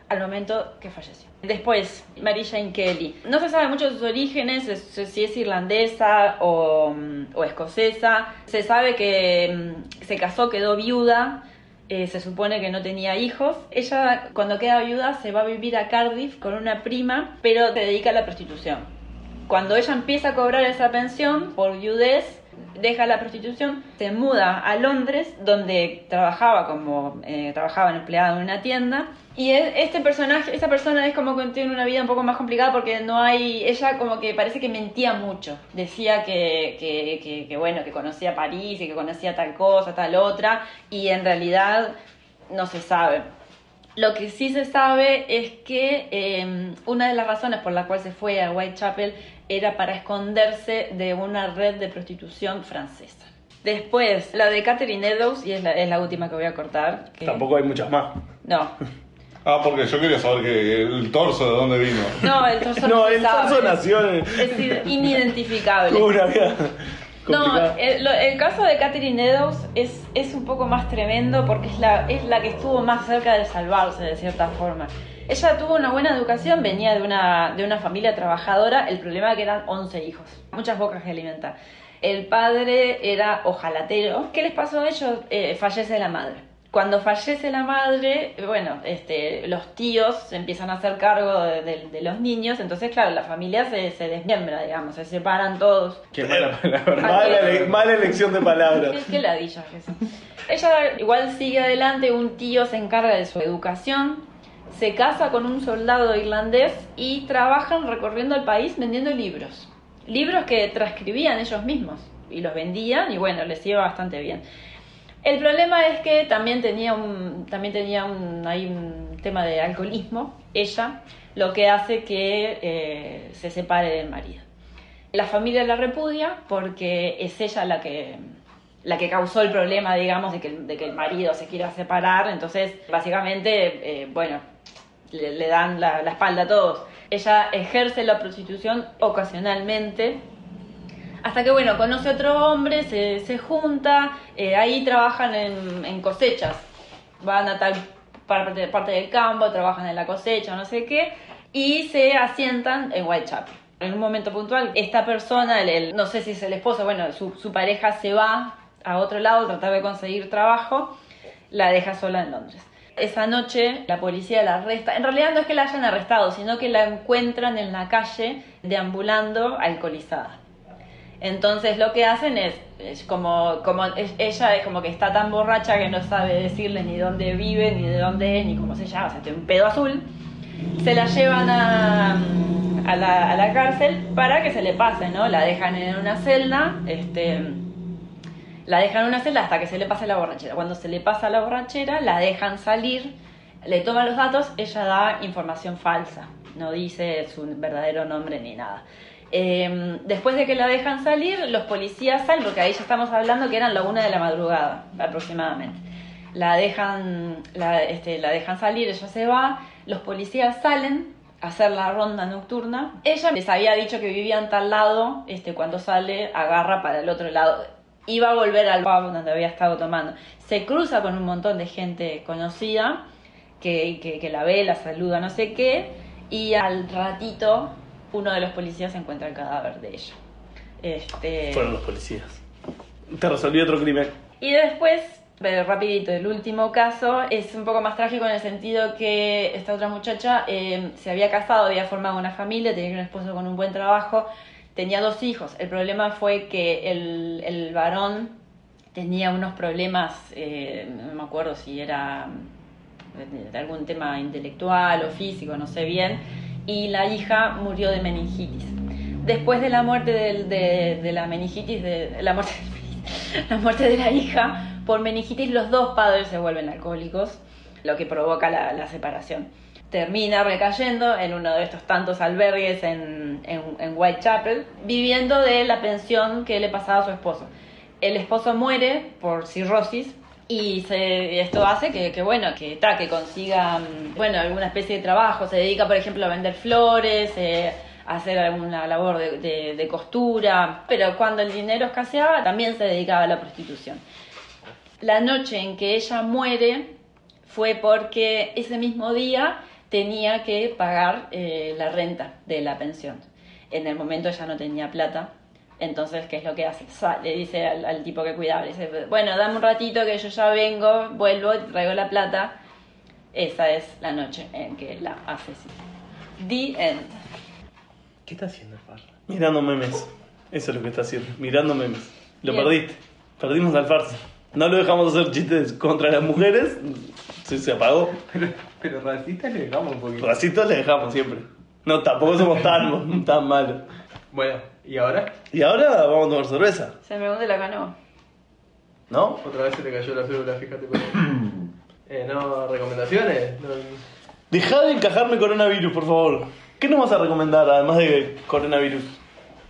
A: al momento que falleció. Después, Mary Jane Kelly. No se sabe mucho de sus orígenes, es- si es irlandesa o, mm, o escocesa. Se sabe que mm, se casó, quedó viuda. eh, se supone que no tenía hijos. Ella, cuando queda viuda, se va a vivir a Cardiff con una prima, pero se dedica a la prostitución. Cuando ella empieza a cobrar esa pensión por viudez, deja la prostitución, se muda a Londres, donde trabajaba como eh, trabajaba en empleada en una tienda. Y e- este personaje, esa persona es como que tiene una vida un poco más complicada porque no hay, ella como que parece que mentía mucho. Decía que, que, que, que bueno, que conocía París y que conocía tal cosa, tal otra, y en realidad no se sabe. Lo que sí se sabe es que eh, una de las razones por la cual se fue a Whitechapel era para esconderse de una red de prostitución francesa. Después, la de Catherine Eddowes, y es la, es la última que voy a cortar. que-
D: Tampoco hay muchas más.
A: No,
B: Ah, porque yo quería saber que el torso de dónde vino.
A: no, el torso
D: No,
A: se
D: el
A: sabe.
D: torso nació en.
A: Es in- inidentificable.
D: Tuvo una vida.
A: No,
D: complicada.
A: el, lo- el caso de Catherine Eddowes es, es un poco más tremendo porque es la, es la que estuvo más cerca de salvarse de cierta forma. Ella tuvo una buena educación, venía de una, de una familia trabajadora, el problema es que eran 11 hijos, muchas bocas que alimentar. El padre era ojalatero. ¿Qué les pasó a ellos? Eh, fallece la madre. Cuando fallece la madre, bueno, este, los tíos se empiezan a hacer cargo de, de- de los niños, entonces, claro, la familia se, se desmiembra, digamos, se separan todos.
C: Qué mala palabra.
D: Mala, ele- mala elección de
A: Qué,
D: palabras.
A: qué ladilla que son. Ella igual sigue adelante, un tío se encarga de su educación, se casa con un soldado irlandés y trabajan recorriendo el país vendiendo libros. Libros que transcribían ellos mismos y los vendían y bueno, les iba bastante bien. El problema es que también tenía un, también tenía un, hay un tema de alcoholismo, ella, lo que hace que eh, se separe del marido. La familia la repudia porque es ella la que, la que causó el problema, digamos, de que, de que el marido se quiera separar. Entonces, básicamente, eh, bueno, le, le dan la, la espalda a todos. Ella ejerce la prostitución ocasionalmente. Hasta que, bueno, conoce a otro hombre, se, se junta, eh, ahí trabajan en, en cosechas. Van a tal parte, parte del campo, trabajan en la cosecha, no sé qué, y se asientan en Whitechapel. En un momento puntual, esta persona, el- el- no sé si es el esposo, bueno, su, su pareja se va a otro lado a tratar de conseguir trabajo, la deja sola en Londres. Esa noche la policía la arresta. En realidad no es que la hayan arrestado, sino que la encuentran en la calle deambulando alcoholizada. Entonces lo que hacen es, es como, como es- ella es como que está tan borracha que no sabe decirles ni dónde vive, ni de dónde es, ni cómo se llama, o sea, tiene un pedo azul. Se la llevan a, a, la, a la cárcel para que se le pase, ¿no? La dejan en una celda, este, la dejan en una celda hasta que se le pase la borrachera. Cuando se le pasa la borrachera, la dejan salir, le toman los datos, ella da información falsa, no dice su verdadero nombre ni nada. Eh, después de que la dejan salir, los policías salen, porque ahí ya estamos hablando que eran la una de la madrugada aproximadamente. La dejan, la, este, la dejan salir, ella se va, los policías salen a hacer la ronda nocturna. Ella les había dicho que vivía en tal lado, este, cuando sale agarra para el otro lado iba a volver al pub donde había estado tomando. Se cruza con un montón de gente conocida que, que- que la ve, la saluda, no sé qué, y al ratito uno de los policías encuentra el cadáver de ella. Este...
D: Eh. Fueron los policías. Te resolví otro crimen.
A: Y después, pero rapidito, el último caso es un poco más trágico en el sentido que esta otra muchacha eh, se había casado, había formado una familia, tenía un esposo con un buen trabajo, tenía dos hijos. El problema fue que el, el varón tenía unos problemas, eh, no me acuerdo si era de algún tema intelectual o físico, no sé bien, y la hija murió de meningitis. Después de la muerte del- de, de la meningitis, de, de la, muerte, la muerte de la hija por meningitis, los dos padres se vuelven alcohólicos, lo que provoca la, la separación. Termina recayendo en uno de estos tantos albergues en, en, en Whitechapel, viviendo de la pensión que le pasaba a su esposo. El esposo muere por cirrosis, y se- esto hace que, que, bueno, que, ta, que consiga, mm, bueno, alguna especie de trabajo. Se dedica, por ejemplo, a vender flores, eh, a hacer alguna labor de, de- de costura. Pero cuando el dinero escaseaba, también se dedicaba a la prostitución. La noche en que ella muere fue porque ese mismo día tenía que pagar eh, la renta de la pensión. En el momento ella no tenía plata, entonces, ¿qué es lo que hace? Sa- Le dice al, al tipo que cuidaba, le dice, bueno, dame un ratito que yo ya vengo, vuelvo, traigo la plata. Esa es la noche en que la asesina. The end.
D: ¿Qué está haciendo Farra? Mirando memes. Eso es lo que está haciendo. Mirando memes. Lo
A: Bien.
D: perdiste. Perdimos al Farsa. No lo dejamos hacer chistes contra las mujeres. Sí, se apagó.
C: Pero, pero racista le dejamos un poquito.
D: Racitos le dejamos siempre. No, tampoco somos tan, tan malos.
C: Bueno, ¿y ahora?
D: Y ahora vamos a tomar cerveza,
A: Se me hunde la canoa.
D: ¿no?
C: Otra vez se le cayó la célula, fíjate. por ahí. Eh, no, recomendaciones. No,
D: Deja de encajarme coronavirus, por favor. ¿Qué nos vas a recomendar además de coronavirus?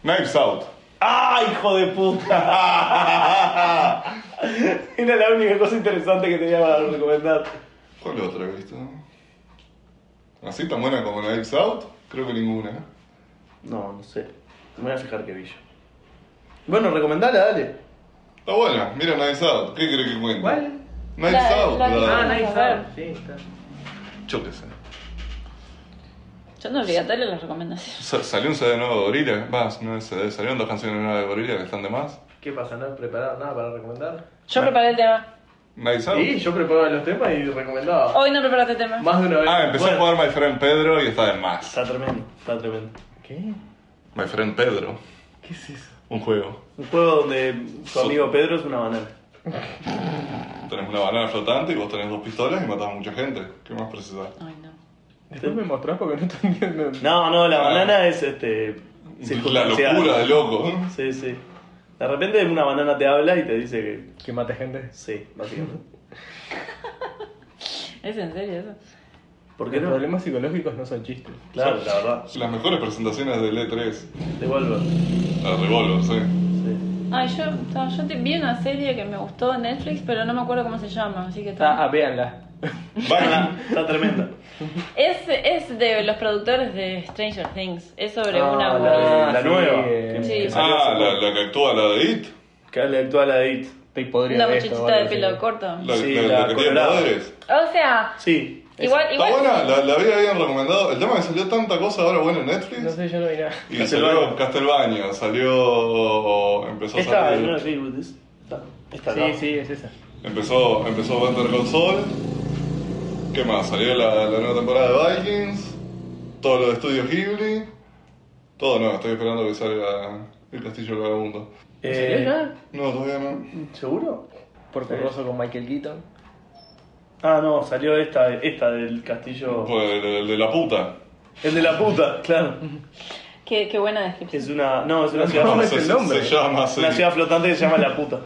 B: Knives Out.
D: ¡Ah, hijo de puta! Era la única cosa interesante que tenía para recomendar.
B: ¿Cuál otra he visto? ¿Así tan buena como Knives Out? Creo que ninguna.
D: No, no sé. Me voy a fijar que vi yo. Bueno, recomendala, dale.
B: Está buena, mira Knives Out. ¿Qué crees que cuente?
C: ¿Cuál?
B: Knives
A: La-
B: Out.
A: la-
B: la-
C: Ah,
A: Vamos a
C: Nice
A: ver.
C: Out. Sí, está. Ah,
B: Chóquese.
A: Yo no obligatorio las recomendaciones.
B: Sa- Salió un CD nuevo de Gorilla. Vas, no es CD. Salieron dos canciones nuevas de Gorilla que están de más.
C: ¿Qué pasa? ¿No has preparado nada para recomendar?
A: Yo preparé el tema.
B: Knives Out.
C: Sí, yo preparaba los temas y recomendaba.
A: Hoy no preparaste tema.
C: Más de una vez.
B: Ah, empezó
C: Bueno.
B: a jugar My Friend Pedro y está de más.
D: Está tremendo, está tremendo.
C: ¿Qué?
B: My Friend Pedro.
C: ¿Qué es eso?
B: Un juego.
D: Un juego donde tu amigo Pedro es una banana.
B: Tenés una banana flotante y vos tenés dos pistolas y matás a mucha gente. ¿Qué más precisás?
A: Ay, no.
C: Después me mostrás porque no estoy entendiendo.
D: No, no, la banana es este.
B: La
D: circunstancial.
B: locura de loco.
D: Sí, sí. De repente una banana te habla y te dice que
C: Que mate gente.
D: sí, básicamente.
A: ¿Es en serio eso?
D: ¿Por qué
C: Los
D: no?
C: problemas psicológicos no son chistes.
D: Claro, la verdad.
B: Las mejores presentaciones del E3.
D: Devuelvo.
B: La Revolver, sí.
D: Sí.
A: Ay, yo, ta, yo te- vi una serie que me gustó en Netflix, pero no me acuerdo cómo se llama, así que... ta.
C: Ah, ah, véanla.
D: Ah,
B: Vaya.
D: está tremenda.
A: Es, es de los productores de Stranger Things. Es sobre
C: Ah,
A: una...
D: La,
C: la-
D: la
C: sí,
D: nueva.
C: eh.
D: que-
A: Sí.
D: Que salió
B: Ah,
D: hace
B: la,
D: poco.
B: la que actúa la de It.
D: Que es la actual de It.
C: Estoy podrido
A: Una
C: de esto,
A: muchachita de
C: algo así.
A: pelo corto.
B: La,
D: Sí,
B: la-
D: la
B: la que tiene
D: colorada.
B: poderes.
A: O sea,
D: Sí. esa.
A: igual,
B: Está
A: igual
B: buena, la, la vida habían recomendado. El tema es que salió tanta cosa ahora bueno en
C: No
B: Netflix.
C: sé, yo no vi nada.
B: Y
D: Castlevania.
B: salió Castlevania, salió. Empezó a
D: Esta,
B: salir.
D: no la vi, this. Esta. Esta,
C: Sí,
D: no.
C: sí, es esa.
B: Empezó, empezó Better Call Saul. ¿Qué más? Salió la, la nueva temporada de Vikings. Todo lo de Estudio Ghibli. Todo no, estoy esperando que salga El Castillo del Vagabundo.
D: Eh,
B: No, todavía no.
D: ¿Seguro?
C: Por curioso con Michael Keaton.
D: Ah, no, salió esta, esta del castillo.
B: Pues el, el de la puta.
D: El de la puta, claro.
A: Qué, qué buena descripción.
D: Es una. No, es una
C: No,
D: ciudad.
C: no,
D: flotante.
C: es el nombre.
B: se llama así.
D: Una ciudad flotante que se llama La Puta.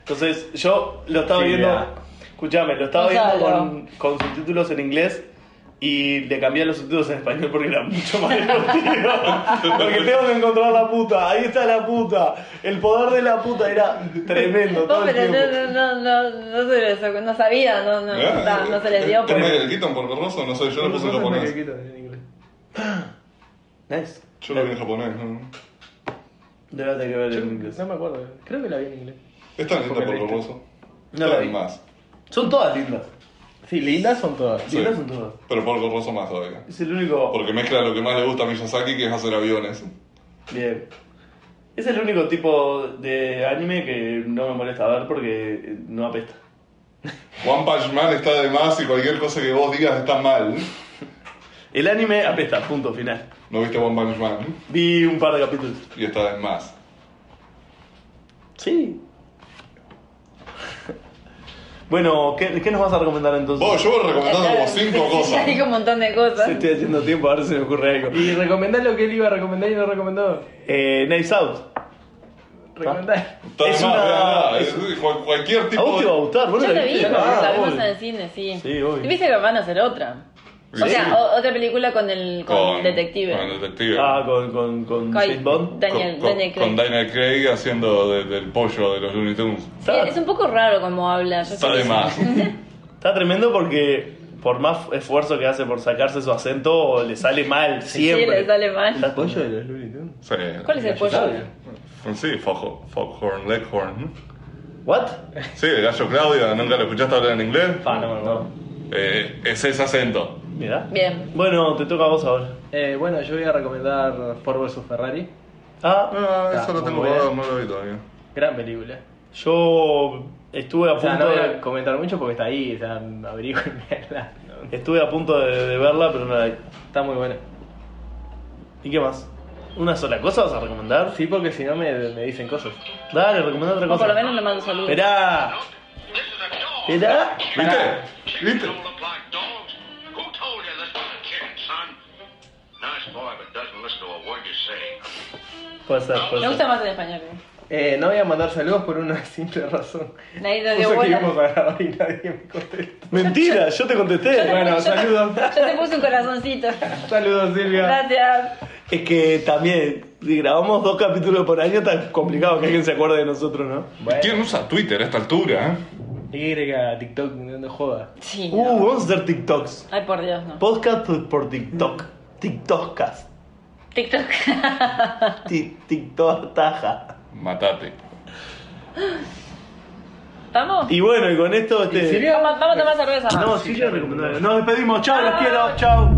D: Entonces, yo lo estaba
C: Sí,
D: viendo.
C: ya.
D: Escuchame, lo estaba viendo
A: Gonzalo.
D: con, con subtítulos en inglés. Y le cambié los subtítulos en español porque era mucho más divertido. Porque tengo que encontrar la puta, ahí está la puta, el poder de la puta era tremendo.
A: No,
D: Todo el
A: pero
D: tiempo.
A: no, no, no, no, no se les- no sabía, no, no,
B: Eh,
A: ta, no se les dio
B: ¿Te
A: por...
B: Michael Keaton por borroso? No sé, yo lo puse en
C: Por curioso
B: japonés.
C: Michael Keaton en inglés.
D: Nice.
B: Yo lo vi en japonés, ¿no?
D: Debe tener que ver
C: Yo
D: en inglés.
C: No me acuerdo. Creo que la vi en inglés.
B: Es tan linda
C: Porque
B: por
C: leíste.
B: borroso.
D: No la vi.
B: más.
D: Son todas lindas.
C: Sí, lindas son todas.
B: Sí.
D: Lindas son todas.
B: Pero por borroso más todavía.
D: Es el único.
B: Porque mezcla lo que más le gusta a Miyazaki, que es hacer aviones.
D: Bien. Es el único tipo de anime que no me molesta ver porque no apesta.
B: One Punch Man está de más y cualquier cosa que vos digas está mal.
D: El anime apesta, punto final.
B: No viste One Punch Man
D: Vi un par de capítulos.
B: y está de más.
D: Sí. Bueno, ¿qué, qué nos vas a recomendar entonces?
B: Vos, yo voy recomendando como cinco cosas.
A: Hay un montón de cosas.
D: Sí, Estoy haciendo tiempo a ver si me ocurre algo.
C: Y recomendar lo que él iba a recomendar y no recomendó.
D: Eh, Knives Out.
C: Recomendar.
B: Está
D: Es
B: de más,
D: una-
B: veanla,
D: es-
B: es- cual- cualquier
D: ¿A
B: tipo
D: vos te va a
B: de.
D: gustar? ¿Vos no
A: Yo
D: la
A: lo vi,
D: viste?
A: la
D: Ah,
A: la vimos
D: obvio.
A: en el cine, sí.
D: Sí, obvio.
A: Y viste que van a hacer otra. O
B: Sí.
A: sea, o- otra película con el con detective.
B: Con el detective.
D: Ah, con, con,
A: Con-
D: con James Bond.
A: Da- Daniel-
B: con,
A: Daniel
B: con-
A: Craig.
B: con Daniel Craig haciendo de- del pollo de los Looney Tunes.
A: Sí, es un poco raro como habla. yo
B: Está
A: sé
B: de
A: que-
B: más.
D: Está tremendo porque por más esfuerzo que hace por sacarse su acento, le sale mal
A: Sí,
D: siempre.
A: le sale mal.
C: ¿El pollo de los Looney Tunes?
B: Sí.
A: ¿Cuál es el pollo?
C: Gallo
B: Sí, fojo- Foghorn, Leghorn.
D: ¿What?
B: Sí, el gallo Claudio, ¿nunca lo escuchaste hablar en inglés?
D: Ah, no, no.
B: Eh, es ese acento.
D: Mirá.
A: Bien.
D: Bueno, te toca a vos ahora.
C: Eh, bueno, yo voy a recomendar Ford vs Ferrari.
D: Ah,
B: Ah,
C: Está
B: eso lo
C: muy
B: tengo
C: buena.
B: guardado, no lo vi todavía.
C: Gran película.
D: yo estuve a
C: O
D: punto
C: sea, no voy a
D: de...
C: comentar mucho porque está ahí, o sea, averigüenla.
D: Estuve a punto de, de verla, pero no la vi.
C: Está muy buena.
D: ¿Y qué más? ¿Una sola cosa vas a recomendar?
C: Sí, porque si no me, me dicen cosas.
D: Dale, recomendá otra
A: O
D: cosa.
A: por lo menos le mando saludos.
D: Esperá. Esperá.
C: Pará.
B: ¿Viste? ¿Viste?
E: Look like dogs. Who told you this was a kitten, son? Nice boy, but doesn't listen to a word you say.
D: Puede ser, puede
A: Me
D: ser.
A: gusta más en español. ¿eh?
C: Eh, no voy a mandar saludos por una simple razón.
A: Nadie te dio
C: Puso que
A: bola.
C: íbamos a grabar y nadie me contestó.
D: Mentira, yo te contesté.
C: Bueno, saludos.
A: Yo te puse un corazoncito.
C: Saludos, Silvia.
A: Gracias.
D: Es que también, si grabamos dos capítulos por año, está complicado que alguien se acuerde de nosotros, ¿no?
B: ¿Quién usa Twitter a esta altura? eh?
C: Y, TikTok, no, no joda.
A: Sí. no.
D: Uh, vamos a hacer TikToks.
A: Ay, por Dios, no.
D: Podcast por TikTok. TikTokcast.
A: TikTok.
D: Ti- TikToktaja.
B: Matate.
A: ¿Estamos?
D: Y bueno, y con esto este.
C: Silvia?
A: Vamos, vamos a tomar cerveza.
D: No, sí, yo recomiendo. Nos despedimos, chao, los quiero, chao.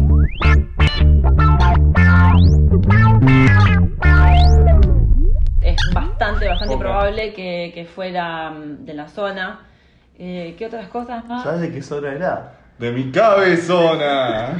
A: es bastante, bastante
C: Poca.
A: probable que, que fuera mm, de la zona. Eh, ¿Qué otras cosas más?
D: ¿Sabes de qué zona era?
B: De mi cabezona.